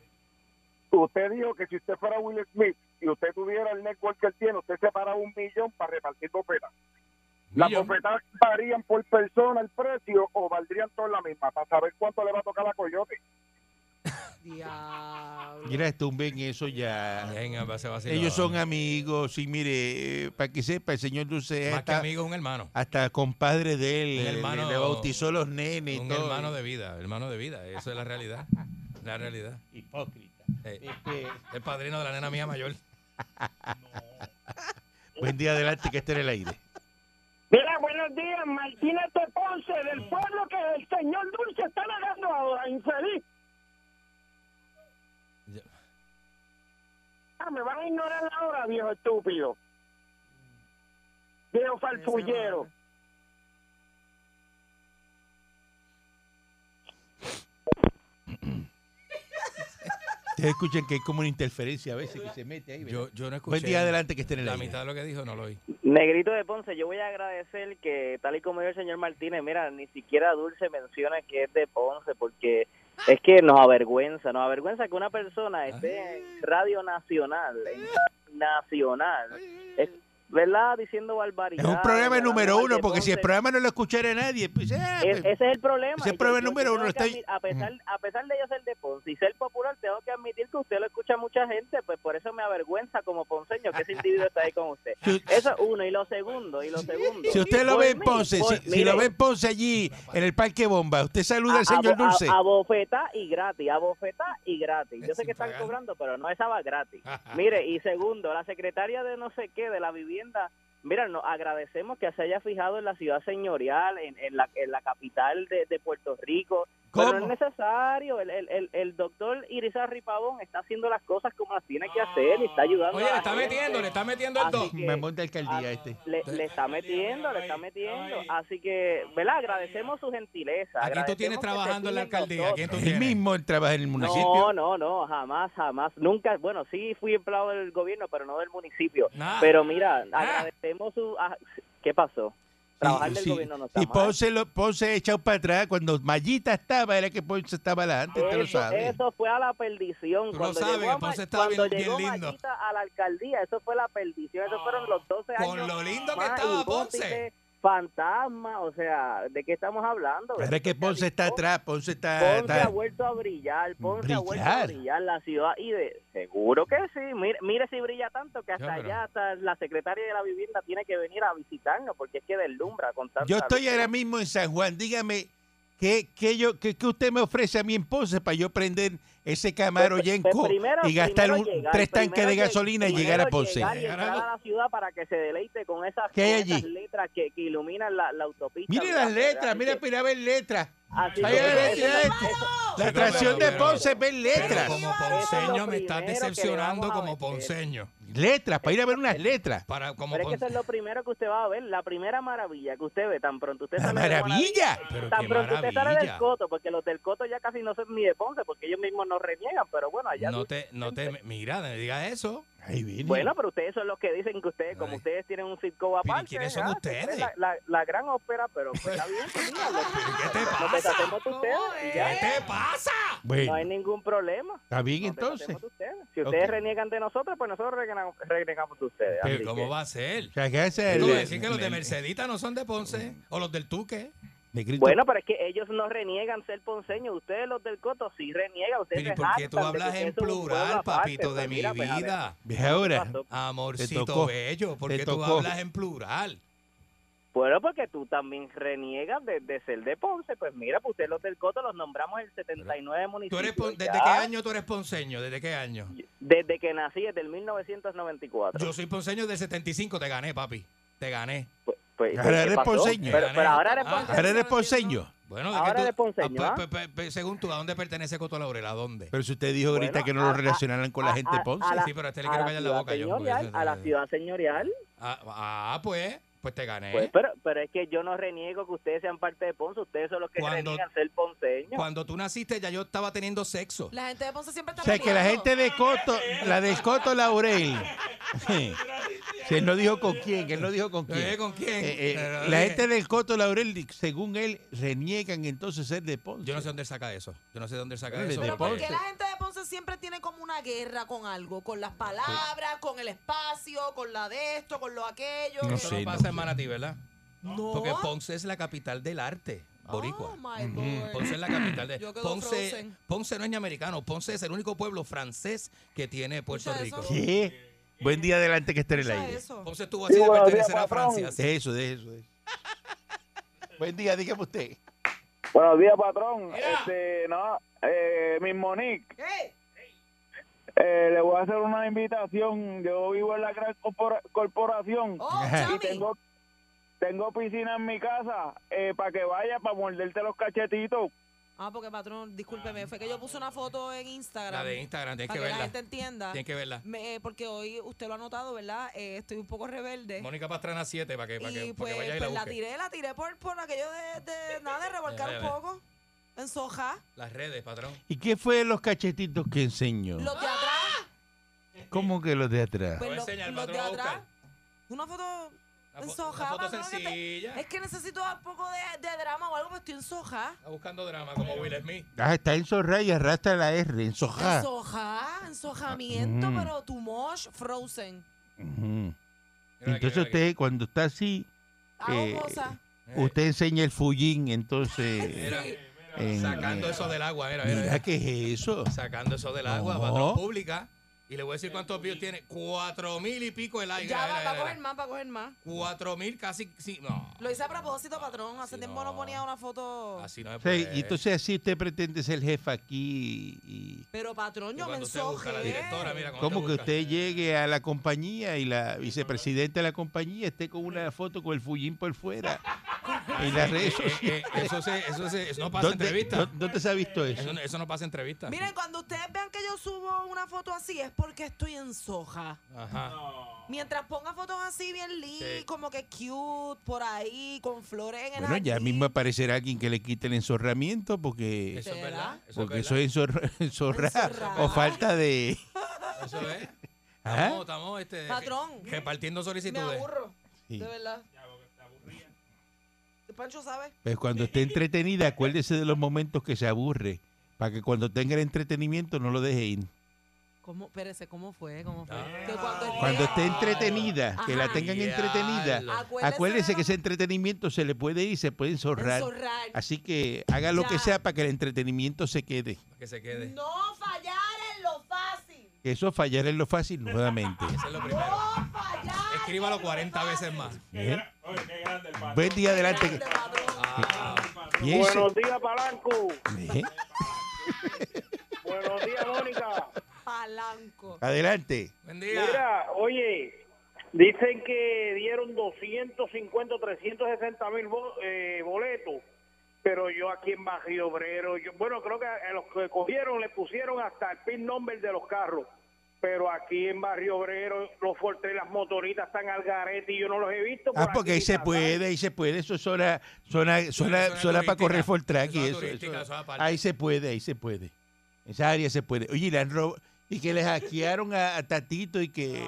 Speaker 7: usted dijo que si usted fuera Will Smith y usted tuviera el network que él tiene, usted separaba un millón para repartir bofetas. Las
Speaker 5: Millón.
Speaker 7: bofetas varían por persona el precio o valdrían todas la misma para saber cuánto le va a tocar a Coyote.
Speaker 4: Diablo.
Speaker 3: Mira, tumben eso ya.
Speaker 5: Venga, va a ser vacilón.
Speaker 3: Ellos son amigos y mire, eh, para que sepa, el señor Dulce
Speaker 5: Más que
Speaker 3: hasta,
Speaker 5: amigos, un hermano.
Speaker 3: hasta compadre de él,
Speaker 5: Un
Speaker 3: le-
Speaker 5: hermano-
Speaker 3: le, bautizó los nenes y
Speaker 5: Un
Speaker 3: todo.
Speaker 5: hermano de vida, hermano de vida. Eso es la realidad. La realidad.
Speaker 3: Hipócrita.
Speaker 5: Eh,
Speaker 3: Este,
Speaker 5: el padrino de la nena mía mayor.
Speaker 3: buen día adelante que esté en el aire.
Speaker 8: Mira, buenos días, Martínez de Ponce, del pueblo que el señor Dulce está negando ahora, infeliz.
Speaker 5: Ya.
Speaker 8: Ah, me van a ignorar ahora, viejo estúpido. Viejo farfullero.
Speaker 3: Ustedes escuchan que hay como una interferencia a veces que se mete ahí. ¿verdad?
Speaker 5: Yo, yo no escuché.
Speaker 3: buen día adelante que esté en el
Speaker 5: La
Speaker 3: aire.
Speaker 5: mitad de lo que dijo no lo oí.
Speaker 9: Negrito de Ponce, yo voy a agradecer que, tal y como dijo el señor Martínez, mira, ni siquiera Dulce menciona que es de Ponce, porque es que nos avergüenza, nos avergüenza que una persona esté en Radio Nacional, en Nacional, es- ¿verdad? Diciendo barbaridad.
Speaker 3: Es un programa número uno, porque si el
Speaker 9: es
Speaker 3: programa no lo escuchara nadie, pues ah,
Speaker 9: es- ese es el problema.
Speaker 3: Ese es el
Speaker 9: Y
Speaker 3: problema
Speaker 9: yo- yo
Speaker 3: número
Speaker 9: tengo
Speaker 3: uno,
Speaker 9: que
Speaker 3: estoy-
Speaker 9: admi- A pesar, a pesar de yo ser de Ponce y ser popular, tengo que admitir que usted lo escucha a mucha gente, pues por eso me avergüenza como ponceño que ese individuo está ahí con usted.
Speaker 3: Si-
Speaker 9: Eso uno. Y lo segundo, y lo segundo.
Speaker 3: Si usted lo
Speaker 9: Por
Speaker 3: ve en
Speaker 9: mí,
Speaker 3: Ponce,
Speaker 9: por-
Speaker 3: si, si lo
Speaker 9: Pues, mire, Ah,
Speaker 3: ve en Ponce allí, en el Parque Bomba, usted saluda
Speaker 9: a-
Speaker 3: al señor
Speaker 9: a,
Speaker 3: Dulce.
Speaker 9: A, a bofetá y gratis, a bofetá y gratis. Yo sé
Speaker 5: Sin
Speaker 9: que están
Speaker 5: pagar.
Speaker 9: cobrando, pero no, esa va gratis. Mire, y segundo, la secretaria de no sé qué, de la vivienda, mira, nos agradecemos que se haya fijado en la ciudad señorial, en, en la, en la capital de, de Puerto Rico. Pero no
Speaker 3: ¿Cómo?
Speaker 9: es necesario, el, el, el, el doctor Irizarry Pavón está haciendo las cosas como las tiene que hacer y está ayudando
Speaker 5: Ah. Oye,
Speaker 9: a
Speaker 5: le
Speaker 9: la
Speaker 5: está
Speaker 9: gente.
Speaker 5: metiendo, le está metiendo el
Speaker 9: ah, Así
Speaker 5: dos.
Speaker 9: que- ah,
Speaker 3: Mamón de alcaldía este.
Speaker 9: le, le está metiendo, le está metiendo. Así que, ¿verdad? Agradecemos su gentileza.
Speaker 5: Aquí tú
Speaker 9: Agradecemos
Speaker 5: tienes
Speaker 9: que se
Speaker 5: trabajando en la
Speaker 9: fijen en
Speaker 5: alcaldía.
Speaker 9: nosotros.
Speaker 5: ¿Quién tú
Speaker 3: El
Speaker 5: tienes?
Speaker 3: mismo él trabaja en el municipio.
Speaker 9: No, no, no, jamás, jamás. Nunca, bueno, sí fui empleado del gobierno, pero no del municipio.
Speaker 5: Nah.
Speaker 9: Pero mira,
Speaker 5: Ah.
Speaker 9: agradecemos su... ah, ¿Qué pasó? Trabajar
Speaker 3: Sí,
Speaker 9: del
Speaker 3: sí.
Speaker 9: gobierno no está
Speaker 3: Y
Speaker 9: mal.
Speaker 3: Ponce, lo, Ponce echado para atrás. Cuando Mallita estaba, era que Ponce estaba adelante, usted lo
Speaker 9: Eso,
Speaker 3: sabe.
Speaker 9: eso fue a la perdición.
Speaker 5: Tú lo
Speaker 9: cuando
Speaker 5: sabes,
Speaker 9: llegó, a
Speaker 5: que Ponce
Speaker 9: Ma-
Speaker 5: estaba
Speaker 9: cuando
Speaker 5: bien-
Speaker 9: llegó
Speaker 5: bien lindo.
Speaker 9: Mayita a la alcaldía, eso fue la perdición. Esos fueron los 12 años.
Speaker 5: Con lo lindo que
Speaker 9: más
Speaker 5: estaba
Speaker 9: inútiles,
Speaker 5: Ponce.
Speaker 9: Fantasma, o sea, ¿de qué estamos hablando?
Speaker 3: Ahora es que Ponce está atrás, Ponce está...
Speaker 9: Ponce ha
Speaker 3: está-
Speaker 9: vuelto a brillar, Ponce ha vuelto a
Speaker 3: Brillar.
Speaker 9: brillar la ciudad y de seguro que sí. Mire, mire si brilla tanto que hasta
Speaker 5: Ya, pero-
Speaker 9: allá, hasta la secretaria de la vivienda tiene que venir a visitarnos porque es que deslumbra con tanta
Speaker 3: Yo estoy
Speaker 9: luz.
Speaker 3: ahora mismo en San Juan. Dígame, ¿qué, qué, yo, qué, qué usted me ofrece a mí en Ponce para yo prender ese Camaro
Speaker 9: Pues- pues
Speaker 3: Yenko
Speaker 9: primero-
Speaker 3: y gastar
Speaker 9: primero
Speaker 3: un-
Speaker 9: llegar,
Speaker 3: tres tanques
Speaker 9: primero
Speaker 3: de
Speaker 9: lleg-
Speaker 3: gasolina y
Speaker 9: primero
Speaker 3: llegar a Ponce?
Speaker 9: llegar y entrar a la ciudad para que se deleite con esas,
Speaker 3: ¿Qué hay
Speaker 9: con esas
Speaker 3: allí?
Speaker 9: letras que, que iluminan la, la autopista.
Speaker 3: Mire pues,
Speaker 9: ¿verdad?
Speaker 3: las letras,
Speaker 9: Así
Speaker 3: mira,
Speaker 9: que-
Speaker 3: mira, ver letras.
Speaker 9: así
Speaker 3: Vaya
Speaker 9: que-
Speaker 3: la letra,
Speaker 9: eso-
Speaker 3: letra.
Speaker 5: Sí,
Speaker 3: La
Speaker 5: pero-
Speaker 3: atracción de
Speaker 5: pero-
Speaker 3: Ponce es ver
Speaker 5: pero
Speaker 3: letras.
Speaker 5: Como
Speaker 9: Eso es
Speaker 5: ponceño
Speaker 9: lo
Speaker 5: me estás
Speaker 9: primero que le
Speaker 5: decepcionando
Speaker 9: vamos a
Speaker 5: como
Speaker 9: meter.
Speaker 5: ponceño.
Speaker 3: Letras, para ir a ver unas letras.
Speaker 5: Para, como
Speaker 9: Pero es que eso es
Speaker 5: ponceño.
Speaker 9: lo primero que usted va a ver, la primera maravilla que usted ve tan pronto usted
Speaker 3: ¡La
Speaker 9: sale de
Speaker 3: maravilla!
Speaker 5: Pero
Speaker 9: Tan
Speaker 5: qué
Speaker 9: pronto usted sale del
Speaker 5: maravilla.
Speaker 9: Coto, porque los del Coto ya casi no son ni de Ponce, porque ellos mismos no reniegan, pero bueno, allá...
Speaker 5: No te, no te, mira, no digas eso.
Speaker 3: Ahí viene.
Speaker 9: Bueno, pero ustedes son los que dicen que ustedes, como
Speaker 5: Ay.
Speaker 9: ustedes tienen un circo aparte...
Speaker 5: quiénes son
Speaker 9: ah,
Speaker 5: ustedes?
Speaker 9: ustedes La, la- la gran ópera, pero pues, está bien, pues, mira, los-
Speaker 5: ¿Qué te
Speaker 9: nos
Speaker 5: pasa?
Speaker 9: deshacemos de ustedes y
Speaker 5: ¿Qué
Speaker 9: ya,
Speaker 5: te pasa?
Speaker 9: no
Speaker 3: Bueno,
Speaker 9: hay ningún problema.
Speaker 3: está bien
Speaker 9: Nos
Speaker 3: entonces.
Speaker 9: deshacemos de ustedes. Si ustedes
Speaker 3: Ok.
Speaker 9: reniegan de nosotros, pues nosotros renegamos, renegamos de ustedes.
Speaker 5: Pero
Speaker 9: así
Speaker 5: ¿Cómo
Speaker 9: que-
Speaker 5: va a ser?
Speaker 3: O sea, que ese es
Speaker 5: Tú
Speaker 3: el-
Speaker 5: decir que los de
Speaker 3: el-
Speaker 5: Mercedita no son de Ponce o los del Tuque.
Speaker 3: el grito.
Speaker 9: Bueno, pero es que ellos no reniegan ser ponceños. Ustedes, los del Coto, sí reniegan. Ustedes
Speaker 5: Pero ¿y
Speaker 9: se
Speaker 5: por qué tú
Speaker 9: jactan de
Speaker 5: hablas
Speaker 9: que
Speaker 5: en
Speaker 9: eso es un pueblo
Speaker 5: plural,
Speaker 9: aparte?
Speaker 5: papito de
Speaker 9: Pues
Speaker 5: mi
Speaker 9: mira, pues, a ver,
Speaker 5: vida?
Speaker 3: Ve ahora.
Speaker 9: pasó?
Speaker 5: Amorcito
Speaker 3: tocó,
Speaker 5: bello, ¿por
Speaker 3: te
Speaker 5: qué tú
Speaker 3: tocó.
Speaker 5: hablas en plural?
Speaker 9: Bueno, porque tú también reniegas de, de ser de Ponce. Pues mira, pues ustedes los del Coto los nombramos el 79
Speaker 5: ¿Tú
Speaker 9: municipios.
Speaker 5: eres pon- ¿Desde
Speaker 9: ya.
Speaker 5: qué año tú eres ponceño? ¿Desde qué año?
Speaker 9: Desde que nací, desde el 1994.
Speaker 5: Yo soy ponceño del 75, te gané, papi. Te gané.
Speaker 9: Pues, pues,
Speaker 3: Ahora
Speaker 9: ¿qué
Speaker 3: eres
Speaker 9: pasó?
Speaker 3: ponceño.
Speaker 9: Pero, pero ahora eres
Speaker 5: Ah,
Speaker 9: ponceño.
Speaker 3: Ahora eres ponceño.
Speaker 5: Bueno, ¿de
Speaker 9: Ahora
Speaker 5: qué tú-
Speaker 9: eres ponceño,
Speaker 5: Ah,
Speaker 9: ¿ah?
Speaker 5: pe- pe- pe- según tú, ¿a dónde pertenece Coto Laurel? ¿A dónde?
Speaker 3: Pero si usted dijo
Speaker 9: Bueno,
Speaker 3: ahorita que no
Speaker 9: a-
Speaker 3: lo
Speaker 9: a-
Speaker 3: relacionaron con la gente de Ponce.
Speaker 9: a la-
Speaker 5: sí, pero a este le
Speaker 9: a
Speaker 5: quiero
Speaker 9: la
Speaker 5: callar la
Speaker 9: ciudad
Speaker 5: boca yo, porque
Speaker 9: señorial,
Speaker 5: eso-
Speaker 9: a la ciudad señorial.
Speaker 5: Ah, ah, pues. Pues después te gané.
Speaker 9: Pues, pero, pero es que yo no reniego que ustedes sean parte de Ponce, ustedes son los que
Speaker 5: Cuando-
Speaker 9: reniegan ser ponceños.
Speaker 5: Cuando tú naciste ya yo estaba teniendo sexo.
Speaker 4: La gente de Ponce siempre está
Speaker 3: O sea, que la
Speaker 4: peleando.
Speaker 3: gente de Coto, la de Coto Laurel. Se no dijo con quién, que él no dijo con quién.
Speaker 5: Eh, ¿Con quién?
Speaker 3: Eh, eh,
Speaker 5: Pero,
Speaker 3: la
Speaker 5: oye,
Speaker 3: gente del Coto Laurel, según él, reniegan entonces ser de Ponce.
Speaker 5: Yo no sé dónde él saca eso. Yo no sé dónde él saca
Speaker 3: Bueno,
Speaker 5: eso.
Speaker 3: de
Speaker 4: Pero ¿por qué
Speaker 3: Ponce.
Speaker 4: la gente de Ponce siempre tiene como una guerra con algo? Con las palabras, con el espacio, con la de esto, con lo aquello.
Speaker 3: No
Speaker 4: que-
Speaker 5: Eso
Speaker 3: Sí,
Speaker 5: no pasa en Manatí, ¿verdad?
Speaker 4: No.
Speaker 5: Porque Ponce es la capital del arte boricua.
Speaker 4: Oh, my Lord.
Speaker 5: Ponce es la capital de
Speaker 4: Yo quedo
Speaker 5: Ponce,
Speaker 4: frozen.
Speaker 5: Ponce no es ni americano, Ponce es el único pueblo francés que tiene Puerto
Speaker 4: Escucha
Speaker 5: Rico.
Speaker 4: eso.
Speaker 3: ¿Qué? Buen día adelante que esté en el
Speaker 4: Escucha
Speaker 3: aire.
Speaker 4: eso.
Speaker 5: Ponce estuvo así
Speaker 7: Sí,
Speaker 5: de
Speaker 7: buenos
Speaker 5: pertenecer
Speaker 7: días,
Speaker 5: a
Speaker 7: patrón.
Speaker 5: Francia. sí.
Speaker 3: De eso, de eso, de eso. Buen día, dígame usted.
Speaker 7: Buenos días, patrón. Este, no, eh, Miss Monique,
Speaker 4: Ey,
Speaker 7: eh, le voy a hacer una invitación. Yo vivo en la gran corpora- corporación
Speaker 4: ¡Oh,
Speaker 7: y
Speaker 4: Chami!
Speaker 7: tengo, tengo piscina en mi casa eh, para que vaya, para morderte los cachetitos.
Speaker 4: Ah, porque patrón, discúlpeme, fue que yo puse una foto en Instagram.
Speaker 5: La de Instagram, tienes
Speaker 4: para
Speaker 5: que
Speaker 4: que, la gente
Speaker 5: verla.
Speaker 4: entienda.
Speaker 5: Tienes que verla.
Speaker 4: Me- eh, porque hoy usted lo ha notado, ¿verdad? Eh, estoy un poco rebelde.
Speaker 5: Mónica Pastrana 7 para que, para que,
Speaker 4: y
Speaker 5: para
Speaker 4: pues,
Speaker 5: que vaya y
Speaker 4: pues
Speaker 5: la
Speaker 4: la,
Speaker 5: busque.
Speaker 4: tiré, la tiré por, por aquello de, de- nada, de revolcar
Speaker 5: Dale,
Speaker 4: un
Speaker 5: dale.
Speaker 4: poco, en soja.
Speaker 5: Las redes, patrón.
Speaker 3: ¿Y qué fue de los cachetitos que enseñó?
Speaker 4: Los de atrás,
Speaker 3: ¿Cómo que los de atrás?
Speaker 5: Voy
Speaker 4: pues
Speaker 5: a
Speaker 4: los,
Speaker 5: enseñar,
Speaker 4: los de
Speaker 5: patrón, a buscar.
Speaker 4: atrás. Una foto
Speaker 5: Una
Speaker 4: en
Speaker 5: fo-
Speaker 4: soja,
Speaker 5: una foto
Speaker 4: patrón, que te-
Speaker 5: sencilla.
Speaker 4: Es que necesito un poco de, de drama o algo, porque estoy en soja.
Speaker 5: Está buscando drama como Will Smith.
Speaker 3: Ah, está en zorra y arrastra la R, en soja.
Speaker 4: En soja, ensojamiento,
Speaker 3: Ah. Mm.
Speaker 4: pero too much, frozen.
Speaker 3: Ujú.
Speaker 5: Mírala aquí,
Speaker 3: Entonces
Speaker 5: mírala
Speaker 3: usted, cuando está así,
Speaker 4: Hago
Speaker 3: Eh,
Speaker 4: cosas.
Speaker 5: aquí.
Speaker 3: usted enseña el fullín, entonces...
Speaker 5: Mira,
Speaker 3: en-
Speaker 5: sacando eso del agua, mira, mira.
Speaker 3: Mira, ¿qué es eso?
Speaker 5: Sacando eso del agua,
Speaker 3: No.
Speaker 5: patrón pública. Y le voy a decir cuántos views tiene. Cuatro mil y pico el aire.
Speaker 4: Ya
Speaker 5: mira,
Speaker 4: va,
Speaker 5: mira,
Speaker 4: va a coger
Speaker 5: mira.
Speaker 4: más, va a coger más.
Speaker 5: Cuatro mil casi. Sí, no.
Speaker 4: Lo hice a propósito, patrón. Hace
Speaker 5: Así
Speaker 4: tiempo no
Speaker 5: no. Ah,
Speaker 4: ponía una foto.
Speaker 5: Así no es.
Speaker 3: O sea, y entonces así usted pretende ser jefa aquí y...
Speaker 4: Pero patrón, yo me
Speaker 5: cuando usted busca a la directora,
Speaker 4: ensojé.
Speaker 5: mira cómo
Speaker 3: ¿Cómo
Speaker 5: te
Speaker 3: que
Speaker 5: busca.
Speaker 3: usted llegue a la compañía y la vicepresidenta de la compañía esté con una foto con el fullín por fuera en las redes
Speaker 5: Eh, eh,
Speaker 3: sociales?
Speaker 5: eh, eso, se, eso, se, eso no pasa en
Speaker 3: ¿Dónde,
Speaker 5: entrevista.
Speaker 3: dó- dónde se ha visto
Speaker 5: Eso,
Speaker 3: eso?
Speaker 5: no- eso no pasa en entrevista.
Speaker 4: Miren, cuando ustedes vean que yo subo una foto así, es porque estoy en soja.
Speaker 5: Ajá.
Speaker 4: Mientras ponga fotos así bien lindas,
Speaker 5: Sí.
Speaker 4: como que cute, por ahí, con flores en el
Speaker 3: Bueno, ya
Speaker 4: jardín.
Speaker 3: mismo aparecerá alguien que le quite el enzorramiento porque,
Speaker 5: Eso es verdad. Eso
Speaker 3: porque
Speaker 5: es
Speaker 3: eso
Speaker 5: verdad.
Speaker 3: es enzorra, enzorrar
Speaker 4: Enzorrar.
Speaker 3: o falta de...
Speaker 5: Eso es.
Speaker 3: ¿Ah?
Speaker 5: Estamos, estamos este,
Speaker 4: Patrón.
Speaker 5: repartiendo
Speaker 4: Me
Speaker 5: solicitudes.
Speaker 4: aburro,
Speaker 3: Sí.
Speaker 4: de verdad. Eh, Pancho sabe.
Speaker 3: Pues cuando esté entretenida, acuérdese de los momentos que se aburre para que cuando tenga el entretenimiento no lo deje ir.
Speaker 4: ¿Cómo? Espérese, ¿cómo fue? ¿Cómo fue?
Speaker 5: Ah.
Speaker 4: Que cuando esté-
Speaker 3: Cuando esté entretenida, que la
Speaker 4: Ajá.
Speaker 3: tengan entretenida,
Speaker 5: Diablo.
Speaker 4: Acuérdese
Speaker 3: Acuérdese
Speaker 4: de
Speaker 3: que
Speaker 4: los-
Speaker 3: ese entretenimiento se le puede ir, se puede enzorrar.
Speaker 4: Enzorrar.
Speaker 3: Así que haga lo que
Speaker 4: Ya.
Speaker 3: sea para que el entretenimiento se quede.
Speaker 5: Que se quede.
Speaker 4: No fallar en lo fácil.
Speaker 3: Que eso fallar es lo fácil nuevamente.
Speaker 5: Eso es lo primero.
Speaker 4: No fallar.
Speaker 5: Escríbalo 40 veces más.
Speaker 3: ¿Eh? Buen día adelante.
Speaker 4: Grande, patrón.
Speaker 3: Piense.
Speaker 7: Buenos días, Palanco.
Speaker 3: ¿Eh?
Speaker 7: Buenos días, Mónica.
Speaker 4: Palanco.
Speaker 3: Adelante.
Speaker 5: Buen día.
Speaker 7: Mira, oye, dicen que dieron 250, 360 mil bo- eh, boletos, pero yo aquí en Barrio Obrero, yo, bueno, creo que a los que cogieron le pusieron hasta el pin number de los carros, pero aquí en Barrio Obrero los fuertes las motoritas están al garete y yo no los he visto.
Speaker 3: Ah,
Speaker 7: por
Speaker 3: porque
Speaker 7: aquí,
Speaker 3: ahí se
Speaker 7: ¿sabes?
Speaker 3: puede, ahí se puede. Eso es zona, zona, zona,
Speaker 5: zona
Speaker 3: zona para correr
Speaker 5: turística.
Speaker 3: full track y
Speaker 5: Zona
Speaker 3: eso.
Speaker 5: turística,
Speaker 3: eso.
Speaker 5: zona aparte.
Speaker 3: Ahí se puede, ahí se puede. Esa área se puede. Oye, y, le han rob- y que le hackearon a, a Tatito y que.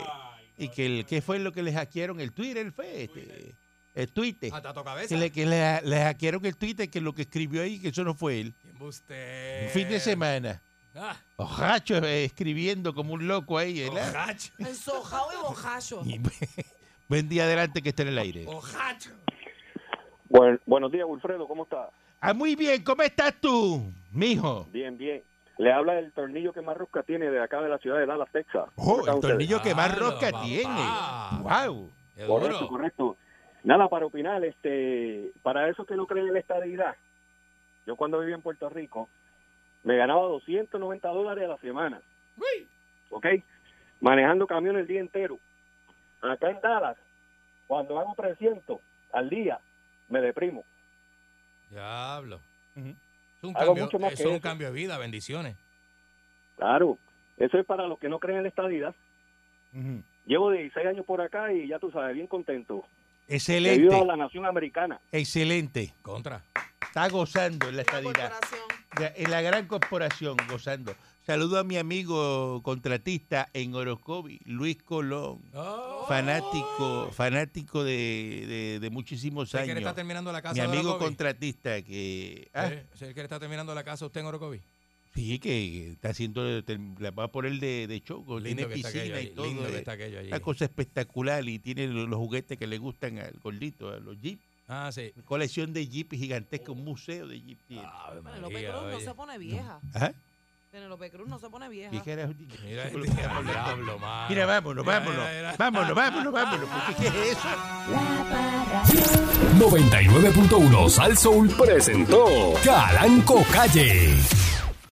Speaker 3: y que el, ¿Qué fue lo que le hackearon? El Twitter fue. Este, el Twitter.
Speaker 5: A Tato Cabeza.
Speaker 3: Que le, que le, le hackearon el Twitter, que lo que escribió ahí, que eso no fue él.
Speaker 5: Usted.
Speaker 3: Un fin de semana.
Speaker 5: Ah,
Speaker 3: Ojacho eh, escribiendo como un loco ahí, ¿verdad?
Speaker 5: Ojacho.
Speaker 4: Ensojado y bojacho.
Speaker 3: Y- Buen día adelante que esté en el aire.
Speaker 5: Ojacho.
Speaker 7: buenos días, Wilfredo, ¿cómo está?
Speaker 3: Ah, muy bien, ¿cómo estás tú, mijo?
Speaker 7: Bien, bien. Le habla el tornillo que más rosca tiene de acá de la ciudad de Dallas, Texas.
Speaker 3: Oh, el tornillo que más
Speaker 5: Claro,
Speaker 3: rosca
Speaker 5: papá.
Speaker 3: tiene. Wow.
Speaker 5: Qué
Speaker 7: Correcto,
Speaker 5: duro.
Speaker 7: correcto. Nada, para opinar, este, para eso que no creen en la estadidad, yo cuando vivía en Puerto Rico, me ganaba 290 dólares a la semana. ¿Ok? Manejando camión el día entero. Acá en Dallas, cuando hago 300 al día, me deprimo.
Speaker 5: Diablo.
Speaker 3: Ujú.
Speaker 5: Es un
Speaker 7: Hago
Speaker 5: cambio,
Speaker 7: mucho más
Speaker 5: eso
Speaker 7: que
Speaker 5: es un
Speaker 7: eso.
Speaker 5: cambio de vida, bendiciones.
Speaker 7: Claro, eso es para los que no creen en la estadidad. Llevo 16 años por acá y ya tú sabes, bien contento.
Speaker 3: Excelente,
Speaker 10: la nación americana.
Speaker 3: excelente.
Speaker 5: Contra.
Speaker 3: Está gozando en la estadidad.
Speaker 4: corporación.
Speaker 3: Ya, En la gran corporación, gozando. Saludo a mi amigo contratista en Oroscovi, Luis Colón. Oh. Fanático, fanático de, de- de muchísimos
Speaker 5: ¿Sé Oh. que le está
Speaker 3: años.
Speaker 5: terminando la casa
Speaker 3: Mi
Speaker 5: de
Speaker 3: amigo
Speaker 5: Orocovi?
Speaker 3: contratista que... ah,
Speaker 5: ¿Eh? ¿Sé que le está terminando la casa a usted en Orocovi?
Speaker 3: Sí, que está haciendo, la va a poner de, de choco, tiene
Speaker 5: Lindo que está aquello
Speaker 3: piscina y
Speaker 5: allí.
Speaker 3: todo.
Speaker 5: Lindo que
Speaker 3: eh,
Speaker 5: está aquello allí.
Speaker 3: Una cosa espectacular y tiene lo- los juguetes que le gustan al gordito, a los jeep.
Speaker 5: Ah, sí.
Speaker 3: Colección de jeep gigantesca, un museo de jeep tiene.
Speaker 5: Ave
Speaker 4: Penelope
Speaker 5: María,
Speaker 4: Cruz no
Speaker 5: oye.
Speaker 4: se pone vieja.
Speaker 3: Ajá.
Speaker 4: Penelope Cruz no se pone vieja.
Speaker 3: ¿Qué carajo?
Speaker 5: Mira,
Speaker 3: Mira,
Speaker 5: este diablo, mano.
Speaker 3: vámonos,
Speaker 5: Mira,
Speaker 3: vámonos,
Speaker 5: mira, mira.
Speaker 3: vámonos, vámonos, vámonos, porque ¿qué es eso?
Speaker 6: La Parradio.
Speaker 1: 99.1 Sal Soul presentó Calanco Calle.